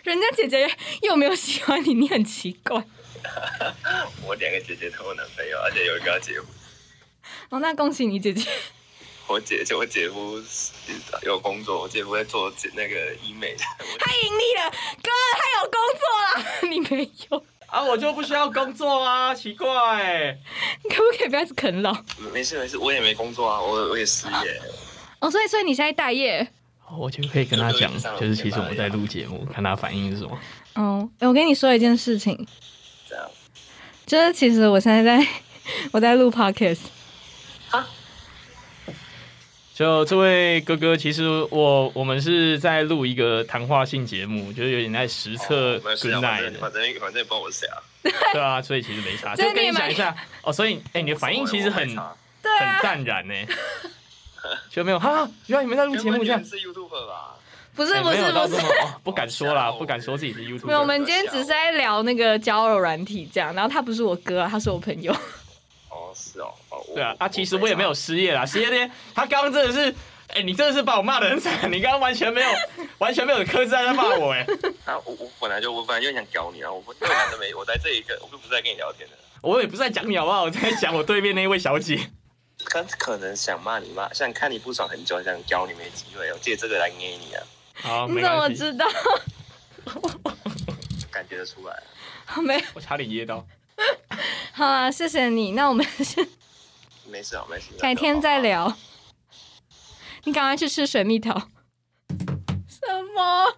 Speaker 2: 人家姐姐又没有喜欢你，你很奇怪。
Speaker 3: 我两个姐姐都有男朋友，而且有一个要结婚。
Speaker 2: 哦，那恭喜你 (laughs) 姐姐。
Speaker 3: 我姐就我姐夫是有工作，我姐夫在做那个医美的。
Speaker 2: 他盈利了，哥，他有工 (laughs) 作啦，你没有，
Speaker 1: 啊，我就不需要工作啊，奇怪、
Speaker 2: 你可不可以不要一直啃老？
Speaker 3: 没事没事，我也没工作啊，我我也失业。
Speaker 2: 哦，所以所以你现在待业？
Speaker 1: 我就可以跟他讲，就是其实我在录节目，看他反应是什么。
Speaker 2: 哦，诶我跟你说一件事情，
Speaker 3: 这样
Speaker 2: 就是其实我现在在 (laughs) 我在录 podcast，
Speaker 1: 哎就这位哥哥，其实我我们是在录一个谈话性节目，就是有点在实测
Speaker 3: 哦没事
Speaker 1: Good
Speaker 3: 啊反正
Speaker 1: Night，
Speaker 3: 反正反正也不知道我是谁啊。
Speaker 1: 对啊，所以其实没
Speaker 2: (laughs)
Speaker 1: 差。就
Speaker 2: 所以
Speaker 1: 跟
Speaker 2: 你
Speaker 1: 你
Speaker 2: 们
Speaker 1: 讲一下哦，所以哎、你的反应其实很很
Speaker 2: 对啊，(laughs)
Speaker 1: 淡然呢、就没有哈，原来你们在录节目
Speaker 3: (laughs)
Speaker 1: 这样，
Speaker 3: 是 YouTube 吧？
Speaker 2: 不是
Speaker 1: 哎
Speaker 2: 不
Speaker 1: 没
Speaker 2: 是
Speaker 1: 有到
Speaker 2: 不
Speaker 1: 这
Speaker 2: 是。
Speaker 1: 么哦，不敢说啦，不敢说自己是
Speaker 2: 没有，我
Speaker 1: YouTube。
Speaker 2: 们今天只是在聊那个交友软体这样，然后他不是我哥、啊，他是我朋友。
Speaker 3: 哦，是哦，哦，我
Speaker 1: 对啊，啊，其实我也没有。失业啦，失业那天他刚刚真的是，哎、你真的是把我骂的很惨，你刚刚完全没有完全没有克制在骂我哎、
Speaker 3: 啊，我我本来就我本来就想屌你啊，我不我本来都没，我在这一个，我就不是在跟你聊天的。
Speaker 1: 我也不是在讲你好不好，我在讲我对面那位小姐。
Speaker 3: 可可能想骂你骂，想看你不爽很久，想屌你没机会，我借这个来捏你啊，
Speaker 1: 好，
Speaker 2: 你
Speaker 1: 没
Speaker 2: 怎么
Speaker 1: 关系，
Speaker 2: 知道？ (laughs)
Speaker 3: 感觉得出来。啊
Speaker 2: 没有，
Speaker 1: 我差点噎到。
Speaker 2: 好啊，谢谢你。那我们是
Speaker 3: 没事啊，没事。
Speaker 2: 改天再。聊。你赶快去吃水蜜桃。什么？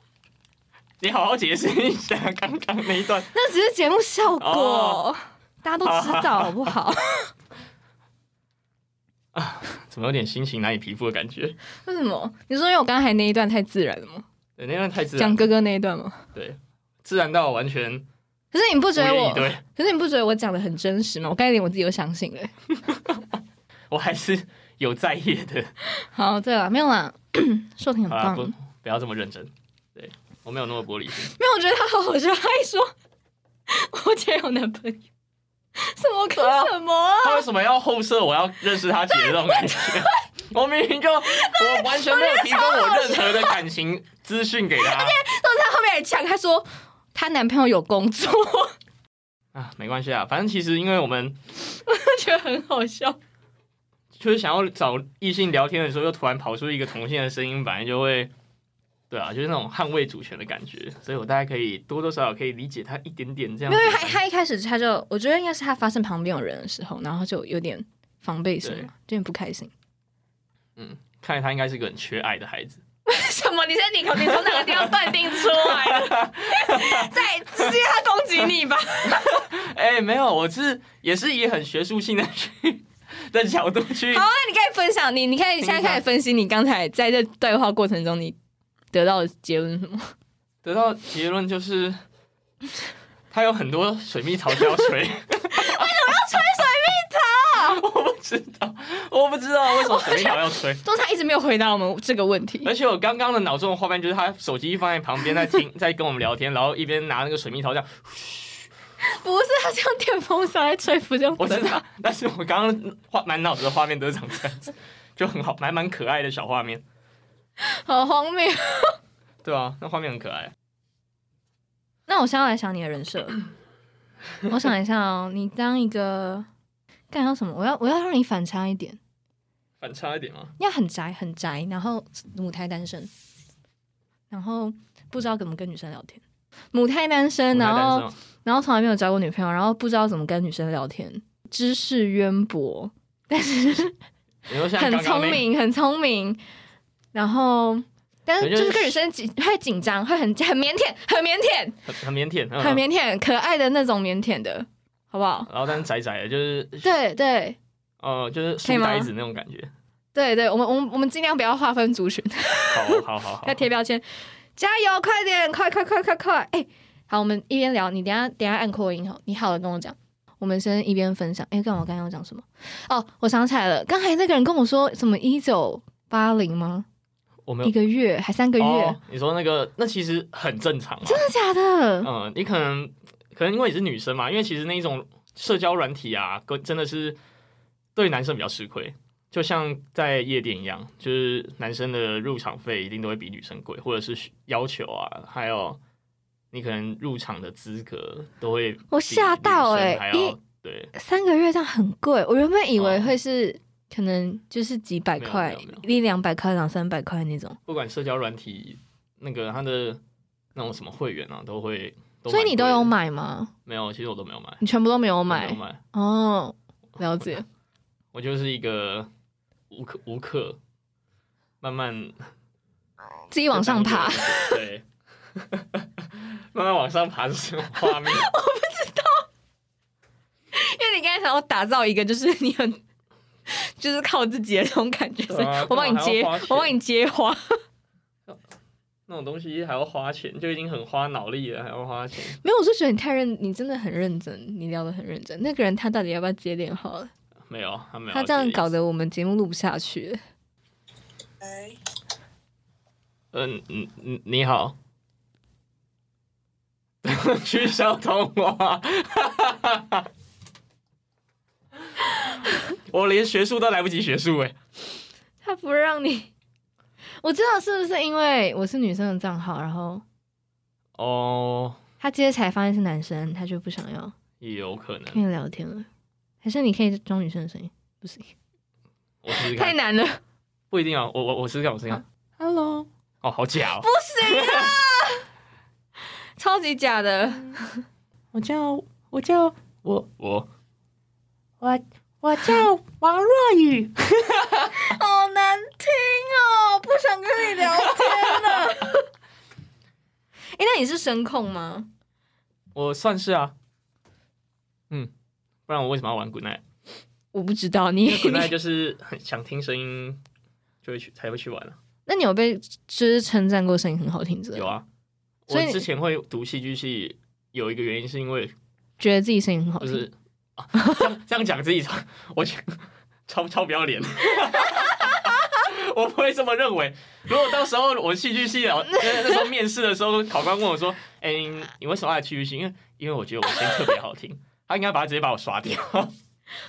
Speaker 1: 你好好解释一下刚刚那一段。
Speaker 2: 那只是节目效果，
Speaker 1: 哦
Speaker 2: 大家都知道好不
Speaker 1: (laughs)
Speaker 2: 好？
Speaker 1: 怎么有点心情难以平复的感觉？
Speaker 2: 为什么？你说因为我刚才那一段太自然了吗？
Speaker 1: 对，那段太自
Speaker 2: 讲
Speaker 1: 然，
Speaker 2: 哥哥那一段吗？
Speaker 1: 对，自然到我完全
Speaker 2: 可是你不
Speaker 1: 不
Speaker 2: 觉得
Speaker 1: 愿
Speaker 2: 我
Speaker 1: 意。？对，
Speaker 2: 可是你不觉得我讲的很真实吗？我刚才连我自己都相信了。
Speaker 1: 我还是有在意的。
Speaker 2: 好，对了，没有啦， (clears throat) 硕婷很
Speaker 1: 好啦，
Speaker 2: 棒。啊
Speaker 1: 不，不要这么认真。对我没有那么玻璃心。
Speaker 2: 没有，我觉得他好好笑。他一说我姐有男朋友，什么跟什么啊？
Speaker 1: 他为什么要后设我要认识他姐这种感觉？我明
Speaker 2: (laughs)
Speaker 1: 明就我完全没有提供我任何的感情资讯给他
Speaker 2: 然后他后面还呛，他说她男朋友有工作，我
Speaker 1: 啊，没关系啊，反正其实因为我们
Speaker 2: 觉得很好笑。
Speaker 1: 就是想要找异性聊天的时候，又突然跑出一个同性的声音，反正就会，对啊，就是那种捍卫主权的感觉，所以我大概可以多多少少可以理解他一点点这样
Speaker 2: 没
Speaker 1: 子
Speaker 2: 有，因为
Speaker 1: 的感
Speaker 2: 他
Speaker 1: 觉。
Speaker 2: 他一开始他就，我觉得应该是他发现旁边有人的时候，然后就有点防备什么，
Speaker 1: 对
Speaker 2: 有点不开心。
Speaker 1: 嗯，看来他应该是个很缺爱的孩子。
Speaker 2: (laughs) 什么？你现在你你从哪个地方断定出来的？ (laughs) 再直接他攻击你吧。
Speaker 1: 哎、没有，我是也是以很学术性的去的角度去
Speaker 2: (laughs) 好，啊，那你可以分享你，你可以现在开始分析你刚才在这对话过程中你得到的结论是什么？
Speaker 1: 得到结论，就是他有很多水蜜桃需要吹。为什么要吹水蜜桃？ (laughs) 我不知道，我不知道为什么水蜜桃要吹。
Speaker 2: 都是他一直没有回答我们这个问题。
Speaker 1: (laughs) 而且我刚刚的脑中的画面就是他手机放在旁边在
Speaker 2: (laughs)
Speaker 1: 听，在跟我们聊天，然后一边拿那个水蜜桃这样，
Speaker 2: 不是他像电风扇在吹拂这样，(laughs)
Speaker 1: 我知道，但是我刚刚画满脑子的画面都是长这样子，就很好，蛮蛮可爱的小画面，
Speaker 2: 好荒谬。
Speaker 1: 对啊，那画面很可爱。
Speaker 2: (laughs) 那我现在来想你的人设， (laughs) 我想一下哦，你当一个干要什么？我要我要让你反差一点，
Speaker 1: 反差一点吗？
Speaker 2: 你要很宅很宅，然后母胎单身，然后不知道怎么跟女生聊天，母胎单身，然后
Speaker 1: 我太单身了
Speaker 2: 然后从来没有交过女朋友，然后不知道怎么跟女生聊天，知识渊博，
Speaker 1: 你说像
Speaker 2: 很
Speaker 1: 刚刚
Speaker 2: 聪
Speaker 1: 那，
Speaker 2: 明，很聪明，然后但是
Speaker 1: 我觉
Speaker 2: 就
Speaker 1: 得
Speaker 2: 是跟女生紧会紧张，会很很腼腆，很腼腆，
Speaker 1: 很很腼腆，嗯
Speaker 2: 很腼腆，可爱的那种腼腆的，好不好？
Speaker 1: 然后但是窄窄的，就是
Speaker 2: 对对
Speaker 1: 呃，就是
Speaker 2: 可以
Speaker 1: 书
Speaker 2: 吗
Speaker 1: 呆子那种感觉。
Speaker 2: 对对，我们我们我们尽量不要划分族群，
Speaker 1: 好好好好
Speaker 2: (laughs)
Speaker 1: 好
Speaker 2: 要，贴标签。加油，快点，快快快快快！哎、好，我们一边聊，你等一下等一下按扩音好，你好了跟我讲。我们先一边分享。哎，干嘛？我刚刚要讲什么？哦，我想起来了，刚才那个人跟我说什么一九八零吗？
Speaker 1: 我没有
Speaker 2: 一个月还三个月？
Speaker 1: 哦，你说那个那其实很正常啊，
Speaker 2: 真的假的？
Speaker 1: 嗯，你可能可能因为你是女生嘛，因为其实那一种社交软体啊，跟真的是对男生比较吃亏，就像在夜店一样，就是男生的入场费一定都会比女生贵，或者是要求啊，还有你可能入场的资格都会比
Speaker 2: 我吓到
Speaker 1: 女生
Speaker 2: 欸
Speaker 1: 还
Speaker 2: 一
Speaker 1: 要对，
Speaker 2: 三个月这样很贵，我原本以为
Speaker 1: 哦
Speaker 2: 会是可能就是几百块
Speaker 1: 没有没有没，
Speaker 2: 一两百块、两三百块那种。
Speaker 1: 不管社交软体那个它的那种什么会员啊，都会，蛮
Speaker 2: 所以你都
Speaker 1: 贵的
Speaker 2: 有？买吗？
Speaker 1: 没有，其实我都没有买，
Speaker 2: 你全部都没有
Speaker 1: 我
Speaker 2: 买
Speaker 1: 没有买，
Speaker 2: 哦，了解。
Speaker 1: 我就是一个无可无可，慢慢
Speaker 3: 嗯
Speaker 2: 自己往上爬，，
Speaker 1: 对， (laughs) 慢慢往上爬是什么画面？
Speaker 2: 因为你刚才想要打造一个就是你很 (laughs) 就是靠自己的那种感觉，
Speaker 1: 对
Speaker 2: 所以
Speaker 1: 啊
Speaker 2: 我帮你接，
Speaker 1: 干嘛还要花钱
Speaker 2: 我帮你接花。
Speaker 1: 那种东西还要花钱，就已经很花脑力了，还要花钱。
Speaker 2: 没有，我是觉得你太认，你真的很认真，你聊得很认真。那个人他到底要不要接电话了？
Speaker 1: 没有，他没有。
Speaker 2: 他这样搞，得我们节目录不下去。
Speaker 3: 哎，
Speaker 1: 嗯嗯嗯，你好。取消通话，我连学术都来不及学术哎、
Speaker 2: 他不让你， (laughs) 我知道是不是因为我是女生的账号，然后
Speaker 1: 哦，
Speaker 2: 他接起来发现是男生，他就不想要
Speaker 1: 也有可能
Speaker 2: 跟，你聊天了。还是你可以装女生的声音，不行，
Speaker 1: 我试试
Speaker 2: 太
Speaker 1: 看，
Speaker 2: 难了， (laughs)
Speaker 1: 不一定啊，我我我试试看，我试试看。
Speaker 4: Hello，
Speaker 1: 哦，好假哦！
Speaker 2: 啊超级假的。
Speaker 4: 我叫我叫
Speaker 1: 我我
Speaker 4: 我我叫王若雨，
Speaker 2: 好难听哦，不想跟你聊天了。 (laughs) 哎、那你是声控吗？
Speaker 1: 我算是啊，嗯，不然我为什么要玩 Good Night？
Speaker 2: 我不知道你
Speaker 1: 因为 Good Night 就是很想听声音，就会去才会去玩啊。
Speaker 2: 那你有被就是称赞过声音很好听之类的？
Speaker 1: 有，啊，我
Speaker 2: 所以你
Speaker 1: 之前会读戏剧系，有一个原因是因为
Speaker 2: 觉得自己声音很好
Speaker 1: 就
Speaker 2: 听。
Speaker 1: 是啊，这样这样讲自己超，我觉得超超不要脸。 (laughs) 我不会这么认为。如果到时候我戏剧系老，那那时候面试的时候，考官问我说：“哎、你你为什么爱戏剧系？”因为因为我觉得我声音特别好听。他应该把他直接把我刷
Speaker 2: (laughs)
Speaker 1: 掉。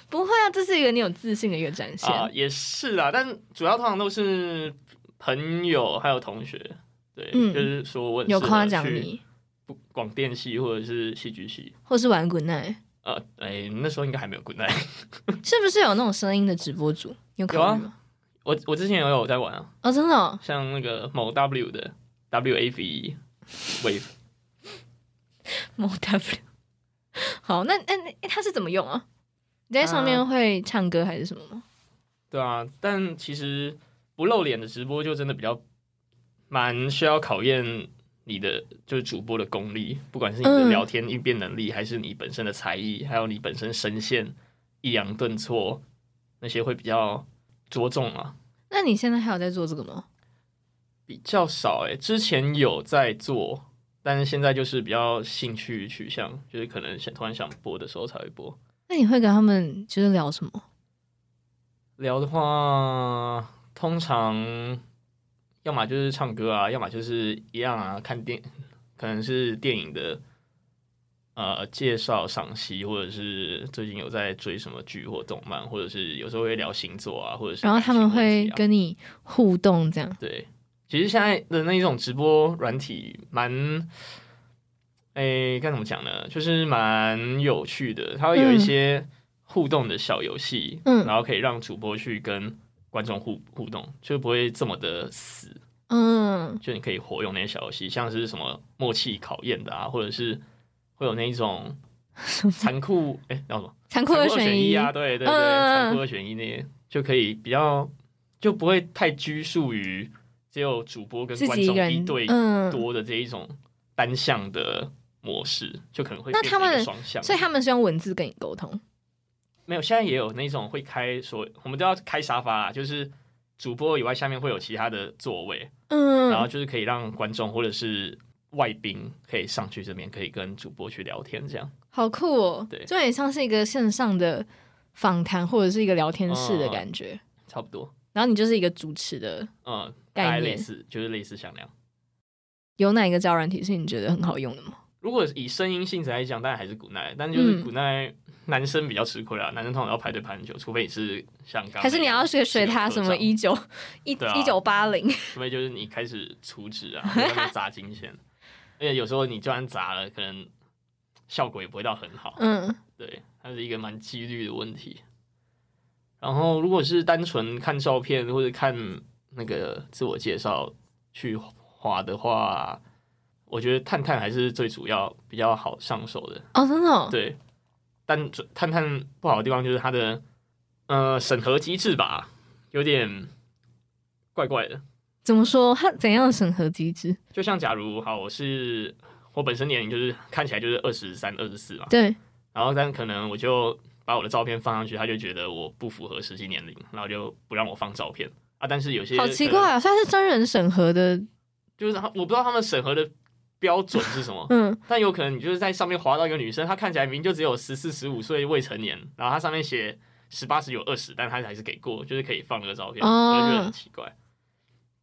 Speaker 2: 不会啊，这是一个你有自信的一个展现。
Speaker 1: 啊、也是啊，但主要通常都是朋友还有同学，对，
Speaker 2: 嗯
Speaker 1: 就是说我很
Speaker 2: 有
Speaker 1: 适合
Speaker 2: 夸奖
Speaker 1: 去
Speaker 2: 你，
Speaker 1: 不广电系或者是戏剧系，
Speaker 2: 或是玩滚奈，
Speaker 1: 呃，哎、那时候应该还没有 Good Night， (laughs)
Speaker 2: 是不是有那种声音的直播主？你有考虑
Speaker 1: 有啊
Speaker 2: 吗？
Speaker 1: 我我之前也有在玩啊，
Speaker 2: 哦，真的、哦， (laughs)
Speaker 1: 像那个某 W 的 WAVE Wave，
Speaker 2: 某 W。好，那那那他是怎么用啊？你在上
Speaker 1: 呃
Speaker 2: 面会唱歌还是什么吗？
Speaker 1: 对啊，但其实不露脸的直播就真的比较蛮需要考验。你的就是主播的功力，不管是你的
Speaker 2: 嗯
Speaker 1: 聊天应变能力，还是你本身的才艺，还有你本身声线抑扬顿挫那些会比较着重啊，
Speaker 2: 那你现在还有在做这个吗？
Speaker 1: 比较少诶、之前有在做，但是现在就是比较兴趣取向，就是可能想突然想播的时候才会播。
Speaker 2: 那你会跟他们就是聊什么？
Speaker 1: 聊的话，通常要么就是唱歌啊，要么就是一样啊，看电，可能是电影的呃介绍、赏析，或者是最近有在追什么剧或动漫，或者是有时候会聊星座啊，或者是
Speaker 2: 然后
Speaker 1: 感
Speaker 2: 他
Speaker 1: 情
Speaker 2: 们
Speaker 1: 问
Speaker 2: 会
Speaker 1: 题啊
Speaker 2: 跟你互动这样。
Speaker 1: 对，其实现在的那一种直播软体蛮，诶、该怎么讲呢？就是蛮有趣的，它会有一
Speaker 2: 嗯
Speaker 1: 些互动的小游戏，
Speaker 2: 嗯
Speaker 1: 然后可以让主播去跟观众互互动，就不会这么的死。
Speaker 2: 嗯，
Speaker 1: 就你可以活用那些小游戏，像是什么默契考验的啊，或者是会有那
Speaker 2: (laughs)
Speaker 1: 一种残酷，诶，叫什么？
Speaker 2: 残酷
Speaker 1: 残
Speaker 2: 二
Speaker 1: 酷二
Speaker 2: 选
Speaker 1: 选
Speaker 2: 一
Speaker 1: 啊，对对
Speaker 2: 嗯
Speaker 1: 对，
Speaker 2: 嗯嗯
Speaker 1: 残酷二选一那些就可以比较就不会太拘束于只有主播跟
Speaker 2: 自
Speaker 1: 观
Speaker 2: 己一
Speaker 1: 众
Speaker 2: 个人
Speaker 1: 一对
Speaker 2: 嗯，
Speaker 1: 多的这一种单向的模式，就可能会
Speaker 2: 那
Speaker 1: 变
Speaker 2: 他
Speaker 1: 成一个
Speaker 2: 们
Speaker 1: 双向的，
Speaker 2: 所以他们是用文字跟你沟通。
Speaker 1: 没有现在也有那种会开所我们都要开沙发啦，就是主播以外下面会有其他的座位，然后
Speaker 2: 嗯，
Speaker 1: 就是可以让观众或者是外宾可以上去这边，可以跟主播去聊天，这样
Speaker 2: 好酷哦！
Speaker 1: 对
Speaker 2: 就很像是一个线上的访谈或者是一个聊天室的
Speaker 1: 嗯
Speaker 2: 感觉，
Speaker 1: 差不多。
Speaker 2: 然后你就是一个主持的。
Speaker 1: 嗯，
Speaker 2: 概
Speaker 1: 大概
Speaker 2: 念
Speaker 1: 类似，就是类似像那样。
Speaker 2: 有哪一个交友软体是你觉得很好用的吗？
Speaker 1: 如果以声音性质来讲，当然还是古奈，但就是
Speaker 2: 嗯
Speaker 1: 古奈男生比较吃亏啊啦，男生通常要排队排很久，除非你是像刚刚
Speaker 2: 还是你要学学他什么一九一
Speaker 1: (laughs) 对啊
Speaker 2: 一九八零？
Speaker 1: 除非就是你开始储值啊， (laughs) 在那边砸金钱，而且有时候你就算砸了，可能效果也不会到很好。
Speaker 2: 嗯，
Speaker 1: 对，它是一个蛮几率的问题。然后，如果是单纯看照片或者看那个自我介绍去滑的话，我觉得探探还是最主要比较好上手的。
Speaker 2: 哦，真的、哦，
Speaker 1: 对，但这探探不好的地方就是它的呃审核机制吧，有点怪怪的。
Speaker 2: 怎么说？它怎样的审核机制？
Speaker 1: 就像假如好，我是我本身年龄就是看起来就是二十三、二十四嘛，
Speaker 2: 对，
Speaker 1: 然后但可能我就把我的照片放上去，他就觉得我不符合实际年龄，然后就不让我放照片啊。但是有些
Speaker 2: 好奇
Speaker 1: 可能
Speaker 2: 怪啊！所以它是真人审核的，，
Speaker 1: 就是他我不知道他们审核的标准是什么
Speaker 2: 嗯，
Speaker 1: 但有可能你就是在上面滑到一个女生，她看起来明明就只有十四、十五岁未成年，然后她上面写十八、十九、二十，但她还是给过，就是可以放那个照片，
Speaker 2: 哦
Speaker 1: 我就觉得很奇怪。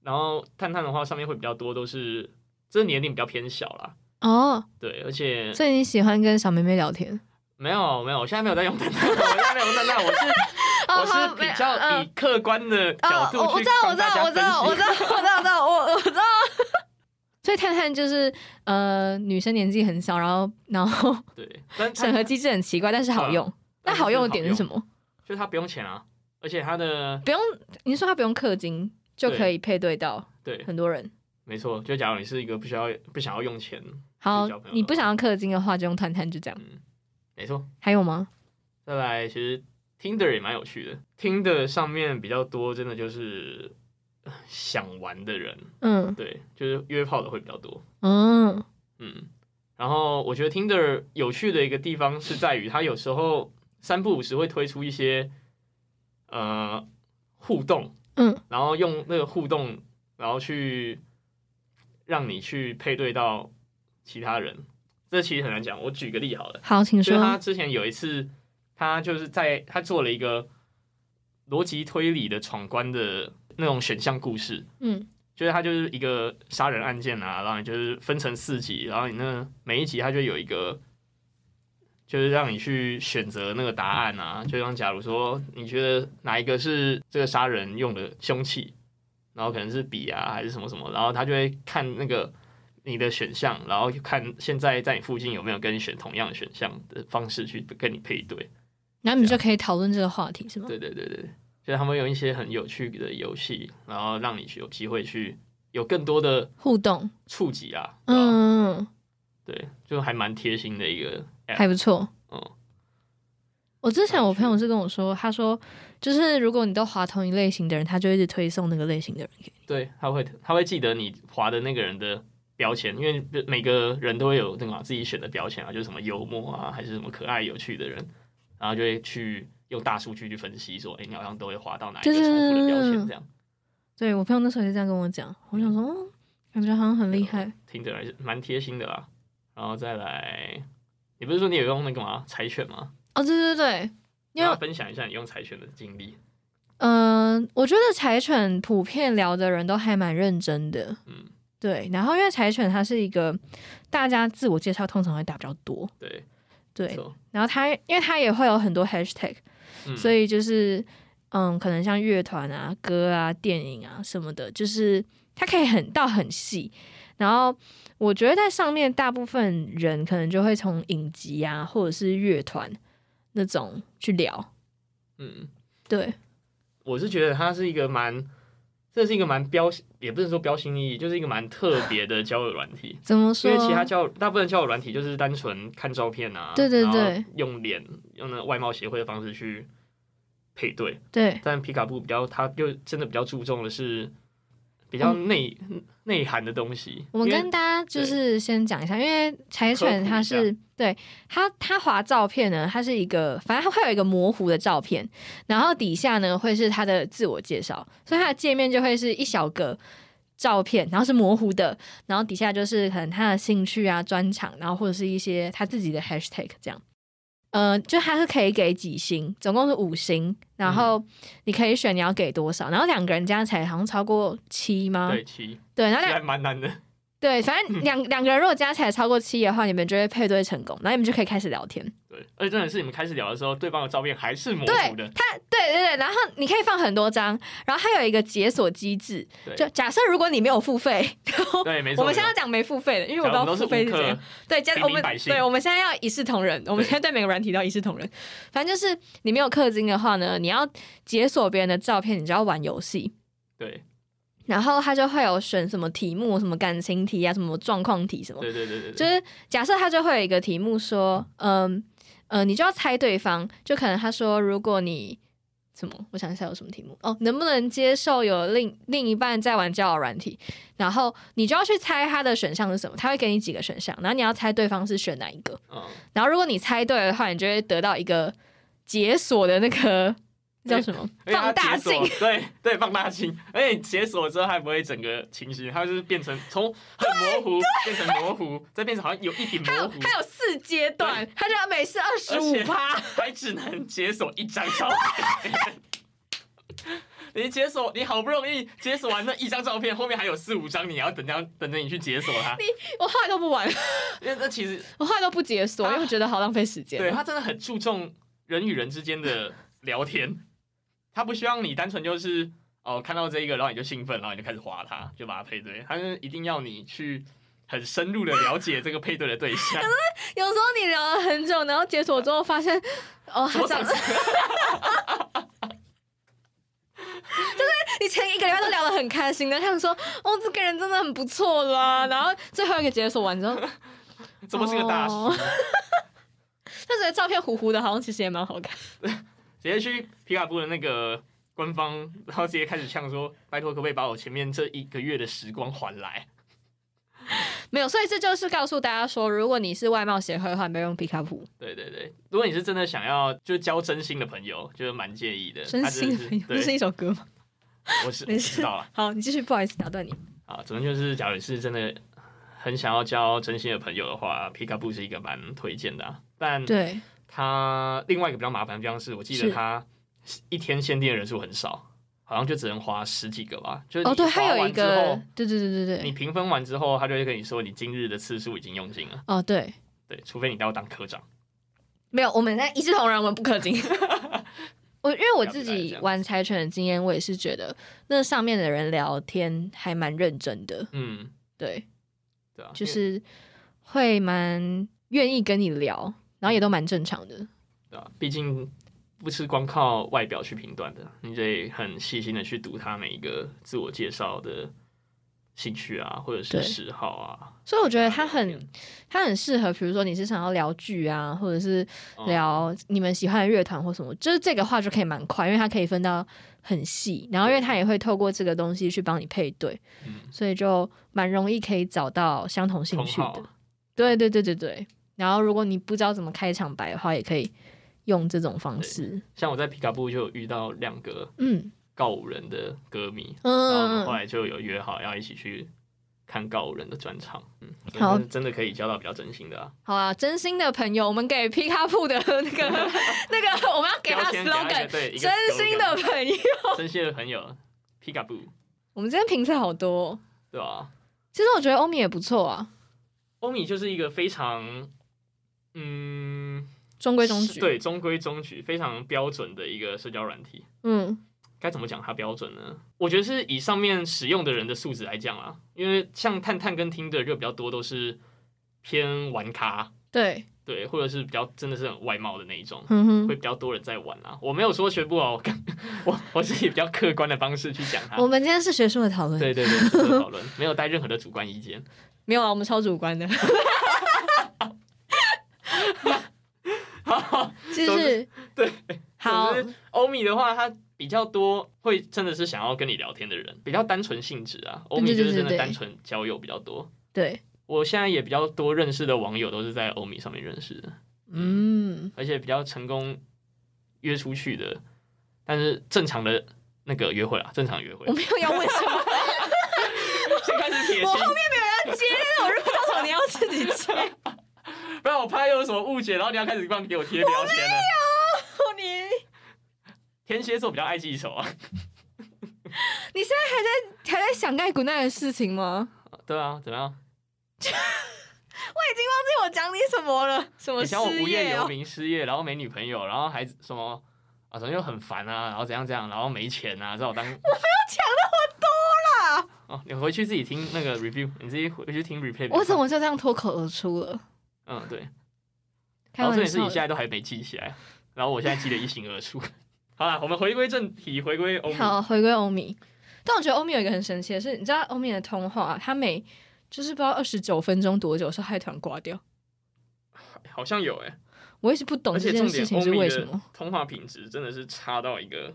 Speaker 1: 然后探探的话，上面会比较多都是这年龄比较偏小啦，
Speaker 2: 哦，
Speaker 1: 对，而且
Speaker 2: 所以你喜欢跟小妹妹聊天？
Speaker 1: 没有没有，我现在没有在用探探，我现在没有用探探，我是。
Speaker 2: 哦，
Speaker 1: 我是
Speaker 2: 好
Speaker 1: 比
Speaker 2: 没
Speaker 1: 较
Speaker 2: 嗯
Speaker 1: 以客观的角
Speaker 2: 哦
Speaker 1: 度
Speaker 2: 我我
Speaker 1: 去
Speaker 2: 知道，我
Speaker 1: 帮
Speaker 2: 知
Speaker 1: 大
Speaker 2: 道，
Speaker 1: 家
Speaker 2: 我
Speaker 1: 分
Speaker 2: 知道，我知
Speaker 1: 析。
Speaker 2: 道，我知道，我知道，我我知道。 (laughs) 所以探探就是呃，女生年纪很小，然后然后
Speaker 1: 对，但
Speaker 2: 审核机制很奇怪，但是
Speaker 1: 啊
Speaker 2: 好用。那好用的嗯点是什
Speaker 1: 么？
Speaker 2: 么？
Speaker 1: 就是它不用钱啊，而且它的
Speaker 2: 不用，你说它不用氪金就可以配对到
Speaker 1: 对，
Speaker 2: 很多人。
Speaker 1: 没错。就假如你是一个不需要不想要用钱，
Speaker 2: 好
Speaker 1: 可以交朋，友
Speaker 2: 你不想要氪金的话，就用探探，就这样。
Speaker 1: 嗯，没错。
Speaker 2: 还有吗？
Speaker 1: 再来，其实 Tinder 也蛮有趣的，Tinder 上面比较多，真的就是呃想玩的人，
Speaker 2: 嗯
Speaker 1: 对，就是约炮的会比较多。
Speaker 2: 嗯
Speaker 1: 嗯，然后我觉得 Tinder 有趣的一个地方是在于，它有时候三不五时会推出一些呃互动，
Speaker 2: 嗯，
Speaker 1: 然后用那个互动，然后去让你去配对到其他人。这其实很难讲，我举个例好了，
Speaker 2: 好，请
Speaker 1: 就是他
Speaker 2: 说。
Speaker 1: 之前有一次，他就是在他做了一个逻辑推理的闯关的那种选项故事，
Speaker 2: 嗯
Speaker 1: 就是它就是一个杀人案件啊，然后你就是分成四集，然后你那每一集它就有一个，就是让你去选择那个答案啊。就像假如说你觉得哪一个是这个杀人用的凶器，然后可能是笔啊还是什么什么，然后他就会看那个你的选项，然后看现在在你附近有没有跟你选同样的选项的方式去跟你配对。
Speaker 2: 然后你们就可以讨论这个话题，是吗？
Speaker 1: 对对啊对对，对就是他们有一些很有趣的游戏，然后让你去有机会去有更多的。
Speaker 2: 互动，
Speaker 1: 触及啊，嗯，
Speaker 2: 嗯，嗯
Speaker 1: 对，就还蛮贴心的一个
Speaker 2: 嗯还
Speaker 1: app，
Speaker 2: 不错。
Speaker 1: 嗯，
Speaker 2: 我之前我朋友是跟我说，他说就是如果你都划同一类型的人，他就一直推送那个类型的人给你。
Speaker 1: 对，他会他会记得你划的那个人的标签，因为每个人都会有那个嘛自己选的标签啊，就是什么幽默啊，还是什么可爱有趣的人，然后就会去用大数据去分析说，哎、你好像都会划到哪一个
Speaker 2: 对
Speaker 1: 重复的
Speaker 2: 对对
Speaker 1: 标
Speaker 2: 对
Speaker 1: 签，这样
Speaker 2: 对我朋友那时候也是这样跟我讲，我想说，
Speaker 1: 嗯
Speaker 2: 哦，感觉好像很厉害。
Speaker 1: 听着还是蛮贴心的啦。然后再来，你不是说你有用那个嘛柴犬吗？
Speaker 2: 哦，对对对，因
Speaker 1: 要
Speaker 2: 为
Speaker 1: 分享一下你用柴犬的经历，
Speaker 2: 嗯、呃我觉得柴犬普遍聊的人都还蛮认真的。
Speaker 1: 嗯，
Speaker 2: 对，然后因为柴犬它是一个大家自我介绍通常会打比较多，
Speaker 1: 对，没
Speaker 2: 对，
Speaker 1: 错，
Speaker 2: 然后它因为它也会有很多 hashtag，
Speaker 1: 嗯，
Speaker 2: 所
Speaker 1: 以
Speaker 2: 以就是嗯，可能像乐团啊、歌啊、电影啊什么的，就是它可以很到很细。然后我觉得在上面，大部分人可能就会从影集啊，或者是乐团那种去聊。
Speaker 1: 嗯。
Speaker 2: 对，。
Speaker 1: 我是觉得它是一个蛮，这是一个蛮标，也不是说标新立异，就是一个蛮特别的交友软体
Speaker 2: 怎么
Speaker 1: 因
Speaker 2: 说？
Speaker 1: 为其他交友大部分交友软体就是单纯看照片啊，
Speaker 2: 对对
Speaker 1: 然后
Speaker 2: 对
Speaker 1: 用脸用那外貌协会的方式去配对，
Speaker 2: 对
Speaker 1: 但皮卡布比较，它就真的比较注重的是比较内内、涵的东西。
Speaker 2: 哦我们
Speaker 1: 因为
Speaker 2: 跟大家就
Speaker 1: 对
Speaker 2: 是先讲一下，因为柴犬它
Speaker 1: 科普
Speaker 2: 是对它它划照片呢，它是一个反正它会有一个模糊的照片，然后底下呢会是它的自我介绍，所以它的界面就会是一小个照片，然后是模糊的，然后底下就是可能他的兴趣啊、专长，然后或者是一些他自己的 hashtag 这样。呃，就他是可以给几星，总共是五星，
Speaker 1: 嗯
Speaker 2: 然后你可以选你要给多少，然后两个人加起来好像超过七吗？
Speaker 1: 对七，
Speaker 2: 对，然后
Speaker 1: 这
Speaker 2: 两
Speaker 1: 还蛮难的。
Speaker 2: 对，反
Speaker 1: 嗯
Speaker 2: 正两两个人如果加起来超过七的话，你们就会配对成功，然后你们就可以开始聊天。
Speaker 1: 对，而且真的是你们开始聊的时候，对方的照片还是模
Speaker 2: 对
Speaker 1: 糊的，
Speaker 2: 他，对对对，然后你可以放很多张，然后它有一个解锁机制，
Speaker 1: 对
Speaker 2: 就假设如果你没有付费， (laughs) 然后
Speaker 1: 对，没错。
Speaker 2: 我们现在
Speaker 1: 没
Speaker 2: 要
Speaker 1: 错
Speaker 2: 讲没付费的，因为我不知
Speaker 1: 讲我们
Speaker 2: 道
Speaker 1: 都是
Speaker 2: 付费是
Speaker 1: 无
Speaker 2: 怎样
Speaker 1: 课，。
Speaker 2: 对，加
Speaker 1: 平
Speaker 2: 我
Speaker 1: 民
Speaker 2: 们
Speaker 1: 百姓
Speaker 2: 对，我们现在要一视同仁，我们现在对每个软体都要一视同仁。反正就是你没有氪金的话呢，你要解锁别人的照片，你就要玩游戏。
Speaker 1: 对
Speaker 2: 然后他就会有选什么题目，什么感情题啊，什么状况题什么的
Speaker 1: 对对对对，
Speaker 2: 就
Speaker 1: 对
Speaker 2: 是假设他就会有一个题目说，嗯呃，你就要猜对方，就可能他说，如果你什么，我想一下有什么题目哦，能不能接受有另另一半在玩交友软体？然后你就要去猜他的选项是什么，他会给你几个选项，然后你要猜对方是选哪一个。
Speaker 1: 嗯，
Speaker 2: 然后如果你猜对的话，你就会得到一个解锁的那个叫什么
Speaker 1: 而且它
Speaker 2: 放大
Speaker 1: 解锁
Speaker 2: 镜，
Speaker 1: 对对，放大镜，而且解锁之后还不会整个清晰，它就是变成从很模糊变成模糊，再变成好像有一点
Speaker 2: 还有
Speaker 1: 模糊，
Speaker 2: 还有四阶段，他就要每次二十
Speaker 1: 而
Speaker 2: 五
Speaker 1: 且
Speaker 2: 趴。
Speaker 1: (laughs) 还只能解锁一张照片。你解锁，你好不容易解锁完那一张照片，后面还有四五张，你要等着等着你去解锁
Speaker 2: (laughs)
Speaker 1: 它，
Speaker 2: 我后来都不玩，
Speaker 1: 因为那其实
Speaker 2: 我后来都不解锁，
Speaker 1: 他
Speaker 2: 因为我觉得好浪费时间。
Speaker 1: 对他真的很注重人与人之间的聊天，他不希望你单纯就是哦看到这一个，然后你就兴奋，然后你就开始划它，就把它配对，他是一定要你去很深入的了解这个配对的对象。
Speaker 2: 有时候你聊了很久，然后解锁之后发现，哦，他
Speaker 1: 我
Speaker 2: 长
Speaker 1: 想
Speaker 2: 得，你前一个礼拜都聊得很开心的，他想说，哦，这个人真的很不错 (laughs) 啦。然后最后一个解锁完之后，
Speaker 1: 怎么是个大叔
Speaker 2: 哦？他觉得照片糊糊的，好像其实也蛮好看。
Speaker 1: 直接去皮卡布的那个官方，然后直接开始呛说：“拜托，可不可以把我前面这一个月的时光还来
Speaker 2: (laughs) 没有，所以这就是告诉大家说，如果你是外貌协会的话，没有用皮卡普。？”
Speaker 1: 对对对，如果你是真的想要就交真心的朋友，就是蛮建议的。
Speaker 2: 真
Speaker 1: 他
Speaker 2: 心
Speaker 1: 真
Speaker 2: 的朋友，这
Speaker 1: 的
Speaker 2: 是
Speaker 1: 是对，
Speaker 2: 一首歌吗？
Speaker 1: 我是
Speaker 2: 没
Speaker 1: 我
Speaker 2: 事
Speaker 1: 知道了
Speaker 2: 好，你继续，不好意思打断你。
Speaker 1: 啊。总之就是，假如你是真的很想要交真心的朋友的话，皮卡布是一个蛮推荐的、啊。但
Speaker 2: 对，
Speaker 1: 它另外一个比较麻烦的地方是，我记得
Speaker 2: 是
Speaker 1: 它一天限定的人数很少，好像就只能花十几个吧。就是
Speaker 2: 哦，
Speaker 1: 你
Speaker 2: 对，
Speaker 1: 划
Speaker 2: 还有
Speaker 1: 完
Speaker 2: 一
Speaker 1: 之
Speaker 2: 个
Speaker 1: 后，
Speaker 2: 哦对对对对
Speaker 1: 你
Speaker 2: 对，
Speaker 1: 评分完之后，他就会跟你说你今日的次数已经用尽了。
Speaker 2: 哦对，
Speaker 1: 对，除非你要当科长。
Speaker 2: 没有，我们在一视同仁，我们不氪
Speaker 1: (laughs)
Speaker 2: 金。 (laughs) 我因为我自己玩柴犬的经验，我也是觉得那上面的人聊天还蛮认真的，
Speaker 1: 嗯，
Speaker 2: 对，
Speaker 1: 对啊，
Speaker 2: 就
Speaker 1: 因为
Speaker 2: 是会蛮愿意跟你聊，然后也都蛮正常的。
Speaker 1: 对啊，毕竟不是光靠外表去评断的，你得很细心的去读他每一个自我介绍的兴趣啊，或者
Speaker 2: 对
Speaker 1: 是嗜好啊。嗯
Speaker 2: 所以我觉得他
Speaker 1: 聊
Speaker 2: 很
Speaker 1: 天
Speaker 2: 他很适合，比如说你是想要聊剧啊，或者是
Speaker 1: 哦嗯
Speaker 2: 聊你们喜欢的乐团或什么，就是这个话就可以蛮快，因为它可以分到很细，然后因为它也会透过这个东西去帮你配对，
Speaker 1: 嗯，
Speaker 2: 所以就蛮容易可以找到相同兴
Speaker 1: 同
Speaker 2: 趣的
Speaker 1: 好。
Speaker 2: 对对对对对。然后如果你不知道怎么开场白的话，也可以用这种方式。
Speaker 1: 像我在皮卡布就有遇到两个
Speaker 2: 嗯
Speaker 1: 告五人的歌迷，然后我
Speaker 2: 嗯
Speaker 1: 们后
Speaker 2: 嗯，
Speaker 1: 来就有约好要一起去看告五人的专场。嗯，
Speaker 2: 好
Speaker 1: 真的真的可以交到比较真心的啊。
Speaker 2: 好啊！真心的朋友，我们给皮卡铺的
Speaker 1: (laughs)
Speaker 2: 那个那个，我们要给他
Speaker 1: 标签给他一
Speaker 2: slogan：
Speaker 1: 个对，一个
Speaker 2: 真心
Speaker 1: slogan
Speaker 2: 的朋友。
Speaker 1: 真心的朋友皮卡布，
Speaker 2: 我们今天评测好多哦、
Speaker 1: 对吧、
Speaker 2: 其实我觉得欧米也不错啊，
Speaker 1: 欧米就是一个非常，嗯，
Speaker 2: 中规中矩。，
Speaker 1: 对，中规中矩，非常标准的一个社交软体。
Speaker 2: 嗯，
Speaker 1: 该怎么讲它标准呢？我觉得是以上面使用的人的素质来讲啦，因为像探探跟听的就比较多都是偏玩咖，
Speaker 2: 对，
Speaker 1: 对，或者是比较真的是很外貌的那一种，
Speaker 2: 嗯哼
Speaker 1: 会。比较多人在玩啊啦。我没有说学不好，我刚 (laughs) 我我是以比较客观的方式去讲它
Speaker 2: 我。们今天是学术的讨论，
Speaker 1: 啊对对对，客观讨论没有带任何的主观意见。
Speaker 2: 没有啊，我们超主
Speaker 1: (laughs)
Speaker 2: 观的。就是
Speaker 1: 对，
Speaker 2: 好，
Speaker 1: 总之欧米的话，他比较多会真的是想要跟你聊天的人，比较单纯性质啊。欧米就是
Speaker 2: 对
Speaker 1: 真
Speaker 2: 对对
Speaker 1: 的单纯交友比较多。
Speaker 2: 对，
Speaker 1: 我现在也比较多认识的网友都是在欧米上面认识的，
Speaker 2: 嗯，
Speaker 1: 而且比较成功约出去的，但是正常的那个约会啊，正常约会
Speaker 2: 我没有要问什么，
Speaker 1: 野
Speaker 2: 我
Speaker 1: 心，
Speaker 2: 后面没有要接，我就不知道为什么你要自己接。
Speaker 1: 不然我怕又有什么误解，然后你要开始帮给我贴标签了。
Speaker 2: (laughs) 你
Speaker 1: 天蝎座比较爱记仇啊，
Speaker 2: 你现在还在还在想盖古奈的事情吗？
Speaker 1: 对啊，怎么样？
Speaker 2: 我已经忘记我讲你什么了，什么
Speaker 1: 你想我
Speaker 2: 失
Speaker 1: 无业
Speaker 2: 业
Speaker 1: 游
Speaker 2: 哦，
Speaker 1: 民、失业，然后没女朋友，然后还什么啊，反正就很烦啊，然后怎样怎样，然后没钱啊，让我当
Speaker 2: 啊
Speaker 1: 哦，你回去自己听那个 review，你自己回去听 replay。
Speaker 2: 我怎么就这样脱口而出了？
Speaker 1: 嗯对？
Speaker 2: 开
Speaker 1: 然
Speaker 2: 玩
Speaker 1: 后重点是
Speaker 2: 笑
Speaker 1: 你
Speaker 2: 的，
Speaker 1: 现在都还没记起来，然后我现在记得一清二楚。 (laughs) 好啦，我们回归正题，回归欧米。
Speaker 2: 好，回归欧米。但我觉得欧米有一个很神奇的是，你知道欧米的通话、他每就是不知道二十九分钟多久的时候，他突然挂掉。
Speaker 1: 好像有哎、
Speaker 2: 我一直不懂
Speaker 1: 而
Speaker 2: 这
Speaker 1: 且
Speaker 2: 件
Speaker 1: 哦重
Speaker 2: 事
Speaker 1: 点，
Speaker 2: 情
Speaker 1: 欧
Speaker 2: 是
Speaker 1: 米
Speaker 2: 为什
Speaker 1: 的
Speaker 2: 么。
Speaker 1: 通话品质真的是差到一个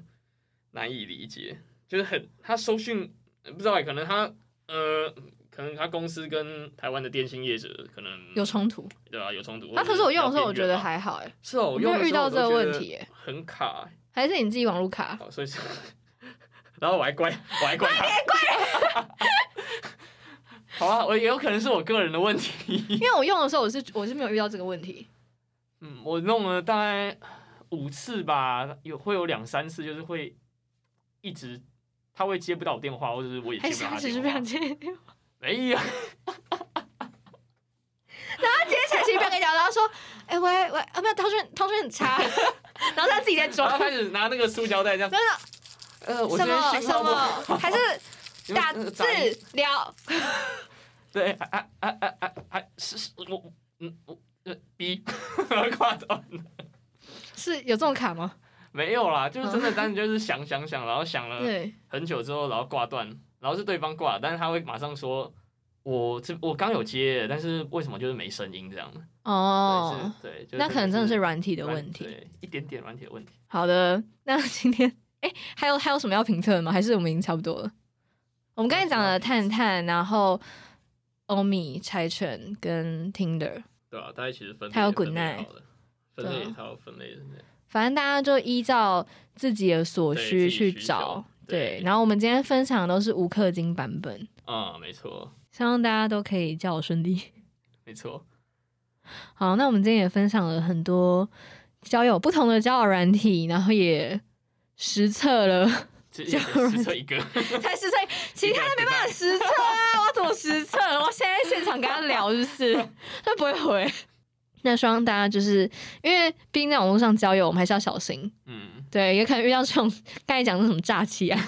Speaker 1: 难以理解，就是很他收讯不知道、欸，可能他呃，可能他公司跟台湾的电信业者可能
Speaker 2: 有冲突，
Speaker 1: 对啊有冲突。
Speaker 2: 啊，可是我用的时候我
Speaker 1: 或者
Speaker 2: 觉
Speaker 1: 是比较边缘
Speaker 2: 得
Speaker 1: 吧
Speaker 2: 还好哎、
Speaker 1: 是哦，
Speaker 2: 我
Speaker 1: 我
Speaker 2: 没有
Speaker 1: 用的
Speaker 2: 遇
Speaker 1: 时
Speaker 2: 到
Speaker 1: 候我
Speaker 2: 这个
Speaker 1: 都觉
Speaker 2: 问
Speaker 1: 得
Speaker 2: 题欸
Speaker 1: 很卡欸、 (laughs)
Speaker 2: 还是你自己网络卡？
Speaker 1: 好，所以是，然后我还怪，我还怪他， (laughs) 好啊，我也有可能是我个人的问题。
Speaker 2: 因为我用的时候我是我是没有遇到这个问题，
Speaker 1: 嗯，我弄了大概五次吧，有会有两三次就是会一直他会接不到我电话，或者是我也接
Speaker 2: 还
Speaker 1: 不
Speaker 2: 是
Speaker 1: 到
Speaker 2: 他
Speaker 1: 他
Speaker 2: 只是
Speaker 1: 电
Speaker 2: 不想
Speaker 1: 话。
Speaker 2: 接，他
Speaker 1: 没有，
Speaker 2: 直接彩旗不想跟你聊，然后说，哎、喂喂，啊没有，通讯通讯很
Speaker 1: (laughs)
Speaker 2: 差，然后他自己在装
Speaker 1: 然，后开始拿那个塑胶袋这样
Speaker 2: 真，的
Speaker 1: (laughs) 呃，我
Speaker 2: 什
Speaker 1: 这边
Speaker 2: 么
Speaker 1: 信
Speaker 2: 什
Speaker 1: 号不好，
Speaker 2: 么，还是
Speaker 1: 因为
Speaker 2: 打
Speaker 1: 那个
Speaker 2: 字
Speaker 1: 杂音
Speaker 2: 聊，
Speaker 1: (laughs) 对，啊啊啊啊啊啊，是是，我嗯我呃 B，然后 (laughs) 挂断了。
Speaker 2: 是有这种卡吗？
Speaker 1: 没有啦，就是真的单纯就是想想想，然后想了
Speaker 2: 对，
Speaker 1: 很久之后，然后挂断，然后是对方挂，但是他会马上说，我这我刚有接，但是为什么就是没声音这样？
Speaker 2: 哦，
Speaker 1: 对，是对，就
Speaker 2: 那可能真的是
Speaker 1: 软
Speaker 2: 软体的问题。
Speaker 1: 对，一点点软体的问题。
Speaker 2: 好的，那今天哎、还有还有什么要评测的吗？还是我们已经差不多了？我们刚才讲了探探，然后欧米、柴犬跟 Tinder，
Speaker 1: 对啊，大家其实分类
Speaker 2: 还有
Speaker 1: 也分
Speaker 2: Good
Speaker 1: 类
Speaker 2: night
Speaker 1: 好了分类
Speaker 2: 对啊
Speaker 1: 它有分类的，
Speaker 2: 反正大家就依照自己的所
Speaker 1: 对
Speaker 2: 需
Speaker 1: 自己
Speaker 2: 去
Speaker 1: 需求
Speaker 2: 找。对，
Speaker 1: 对
Speaker 2: 然后我们今天分享的都是无氪金版本，
Speaker 1: 啊、没错，
Speaker 2: 希望大家都可以叫我顺利。
Speaker 1: 没错，
Speaker 2: (laughs) 好，那我们今天也分享了很多交友不同的交友软体，然后也实测了，
Speaker 1: 这
Speaker 2: 就
Speaker 1: 也只测一个，
Speaker 2: (laughs) 才实测，其他的没办法实测 (laughs) 啊，我怎么实测？我现在现场跟他聊，是不是？ (laughs) 他不会回。那希望大家就是因为毕竟在网络上交友，我们还是要小心，
Speaker 1: 嗯，
Speaker 2: 对，也可能遇到这种刚才讲的什么诈欺啊，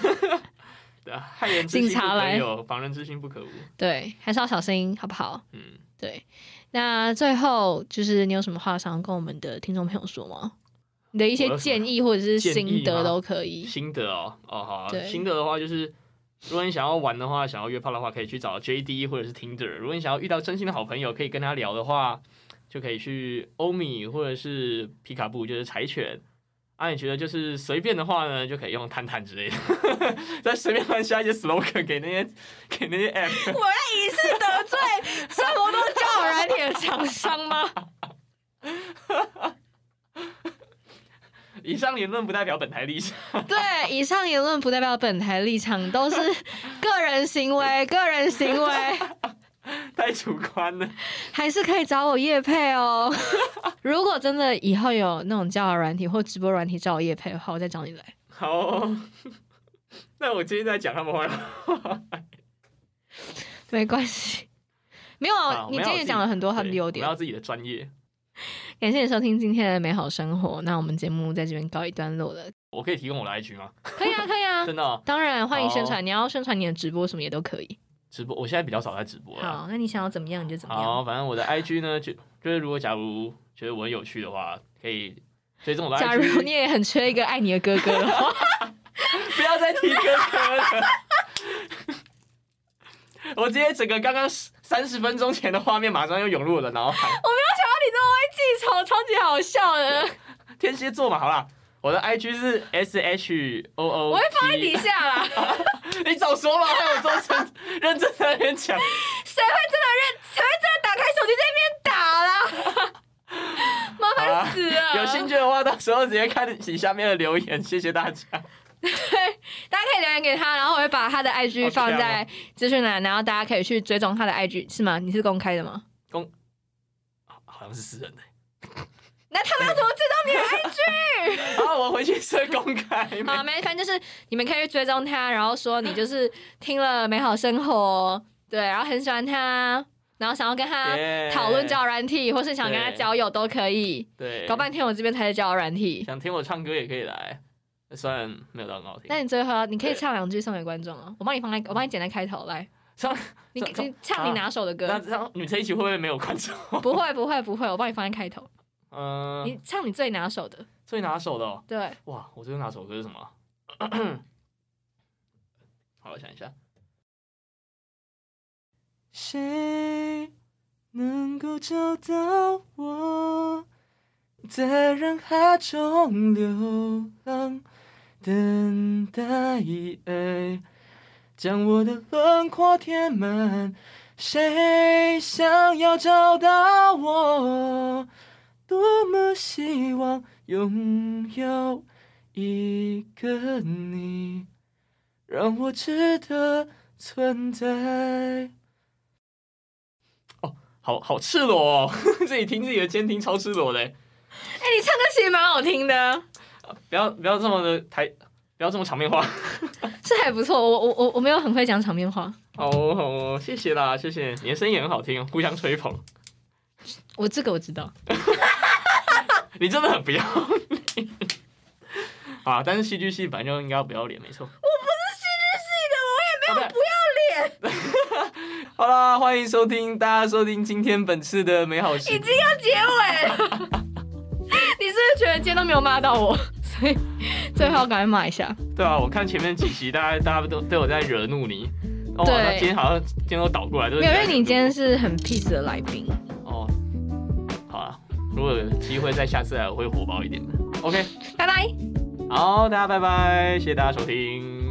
Speaker 1: 对啊，害人之
Speaker 2: 警
Speaker 1: 心不
Speaker 2: 察
Speaker 1: 可
Speaker 2: 来
Speaker 1: 有，防人之心不可无，
Speaker 2: 对，还是要小心，好不好？
Speaker 1: 嗯，
Speaker 2: 对，那最后就是你有什么话想要跟我们的听众朋友说吗？你的一
Speaker 1: 我
Speaker 2: 些
Speaker 1: 有什么
Speaker 2: 建议或者是
Speaker 1: 建议
Speaker 2: 心得
Speaker 1: 吗
Speaker 2: 都可以。
Speaker 1: 心得哦，哦好啊、
Speaker 2: 对
Speaker 1: 心得的话就是，如果你想要玩的话，想要约炮的话，可以去找 JD 或者是 Tinder。如果你想要遇到真心的好朋友，可以跟他聊的话，就可以去欧米或者是皮卡布，就是柴犬。啊，你觉得就是随便的话呢，就可以用探探之类的， (laughs) 再随便乱下一些 slogan 给那些给那些 app。
Speaker 2: 我要一次得罪生活中交友软体的厂商吗？
Speaker 1: 以上言论不代表本台立场。
Speaker 2: (laughs) 对，以上言论不代表本台立场，都是个人行为，个人行为
Speaker 1: 太主观了。
Speaker 2: 还是可以找我叶配哦。 (laughs) 如果真的以后有那种交友软体或直播软体找我叶配的话，我再找你来。
Speaker 1: 好 (laughs) 哦、那我今天在讲他们坏话。
Speaker 2: 没关系，没有，
Speaker 1: 啊我
Speaker 2: 你
Speaker 1: 们
Speaker 2: 今
Speaker 1: 要
Speaker 2: 天
Speaker 1: 有
Speaker 2: 也
Speaker 1: 自己
Speaker 2: 讲了很多他的
Speaker 1: 对
Speaker 2: 优
Speaker 1: 我们
Speaker 2: 点
Speaker 1: 要。自己的专业。
Speaker 2: 感谢你收听今天的美好生活，那我们节目在这边告一段落了。
Speaker 1: 我可以提供我的 IG 吗？
Speaker 2: 可以 (laughs) 啊，可以啊，
Speaker 1: 真的哦、
Speaker 2: 当然欢迎宣传，你要宣传你的直播什么也都可以。
Speaker 1: 直播，我现在比较少在直播了。
Speaker 2: 好，那你想要怎么样你就怎么样。
Speaker 1: 好，反
Speaker 2: (laughs)
Speaker 1: 正我的 IG 呢，就就是如果假如觉得我很有趣的话，可以追踪我的 IG。
Speaker 2: 假如你也很缺一个爱你的哥哥的话，
Speaker 1: 不要再提哥哥了。 (laughs) 我直接整个刚刚三十分钟前的画面马上又涌入我的脑海。
Speaker 2: 我没有想到你这么会记仇，超级好笑的。
Speaker 1: 天蝎座嘛，好啦，我的 IG 是 S H O O，
Speaker 2: 我会放在底。下啦，
Speaker 1: 你早说嘛，害我做成认真在那边
Speaker 2: (laughs)
Speaker 1: 讲。
Speaker 2: 谁会真的认？谁会真的打开手机在那边打啦？麻烦死
Speaker 1: 啊
Speaker 2: 了！
Speaker 1: 有兴趣的话，到时候直接看底下面的留言，谢谢大家。
Speaker 2: 大家可以留言言给他，然后我会把他的 IG 放在资讯栏，然后大家可以去追踪他的 IG，是吗？你是公开的吗？
Speaker 1: 好像是私人的。
Speaker 2: 那他们要怎么追踪你的 IG？
Speaker 1: 啊，我回去是公开。
Speaker 2: (laughs) 好，没，反正就是你们可以去追踪他，然后说你就是听了美好生活，对，然后很喜欢他，然后想要跟他
Speaker 1: Yeah
Speaker 2: 讨论交友软体，或是想跟他
Speaker 1: 对
Speaker 2: 交友都可以。
Speaker 1: 对，
Speaker 2: 搞半天我这边才是交友软体，
Speaker 1: 想听我唱歌也可以来，虽然没有到很好听。
Speaker 2: 那你最后啊你可以唱两句送给观众啊，我帮你放在，我帮你剪在开头来，
Speaker 1: 唱
Speaker 2: 你
Speaker 1: 唱
Speaker 2: 你唱你拿手的歌，
Speaker 1: 那这样你这一集会不会没有观众？
Speaker 2: (laughs)
Speaker 1: (laughs)
Speaker 2: 不会不会不会，我帮你放在开头，
Speaker 1: 嗯、
Speaker 2: 你唱你最拿手的，
Speaker 1: 最拿手的、哦，
Speaker 2: 对，哎
Speaker 1: 哇，我最拿手的歌是什么啊？ (clears throat) 好，我想一下，
Speaker 4: 谁能够找到我，在人海中流浪，等待将我的轮廓填满？谁想要找到我？多么希望拥有一个你，让我值得存在。
Speaker 1: 好好赤裸、哦， (laughs) 自己听自己的监听超赤裸的欸，
Speaker 2: 哎，你唱歌其实蛮好听的，
Speaker 1: 不要不要这么的台，不要这么场面化。
Speaker 2: 是还不错，我我我我没有很会讲场面话。
Speaker 1: 好哦好哦，谢谢啦，谢谢，你的声音也很好听，哦互相吹捧，
Speaker 2: 我这个我知道，
Speaker 1: 你真的很不要脸。 (laughs) 啊，但是戏剧系本来就应该要不要脸，没错。
Speaker 2: 我
Speaker 1: 不要脸。
Speaker 2: (laughs)
Speaker 1: 好啦，欢迎收听大家收听今天本次的美好
Speaker 2: 也没有，
Speaker 1: 时
Speaker 2: 已经要结尾了。 (laughs) 你是不是觉得今天都没有骂到我，所以最后赶快骂一下？
Speaker 1: 对啊，我看前面几集大家大家都都有在惹怒你。哦，
Speaker 2: 对
Speaker 1: 那今天好像今天都倒过来，都是
Speaker 2: 没有，因为
Speaker 1: 在
Speaker 2: 你今天
Speaker 1: 惹
Speaker 2: 是很 peace 的来宾。
Speaker 1: 怒我哦，好啦，如果有机会再下次来，我会火爆一点的。OK，
Speaker 2: 拜拜。
Speaker 1: 好，大家拜拜，谢谢大家收听。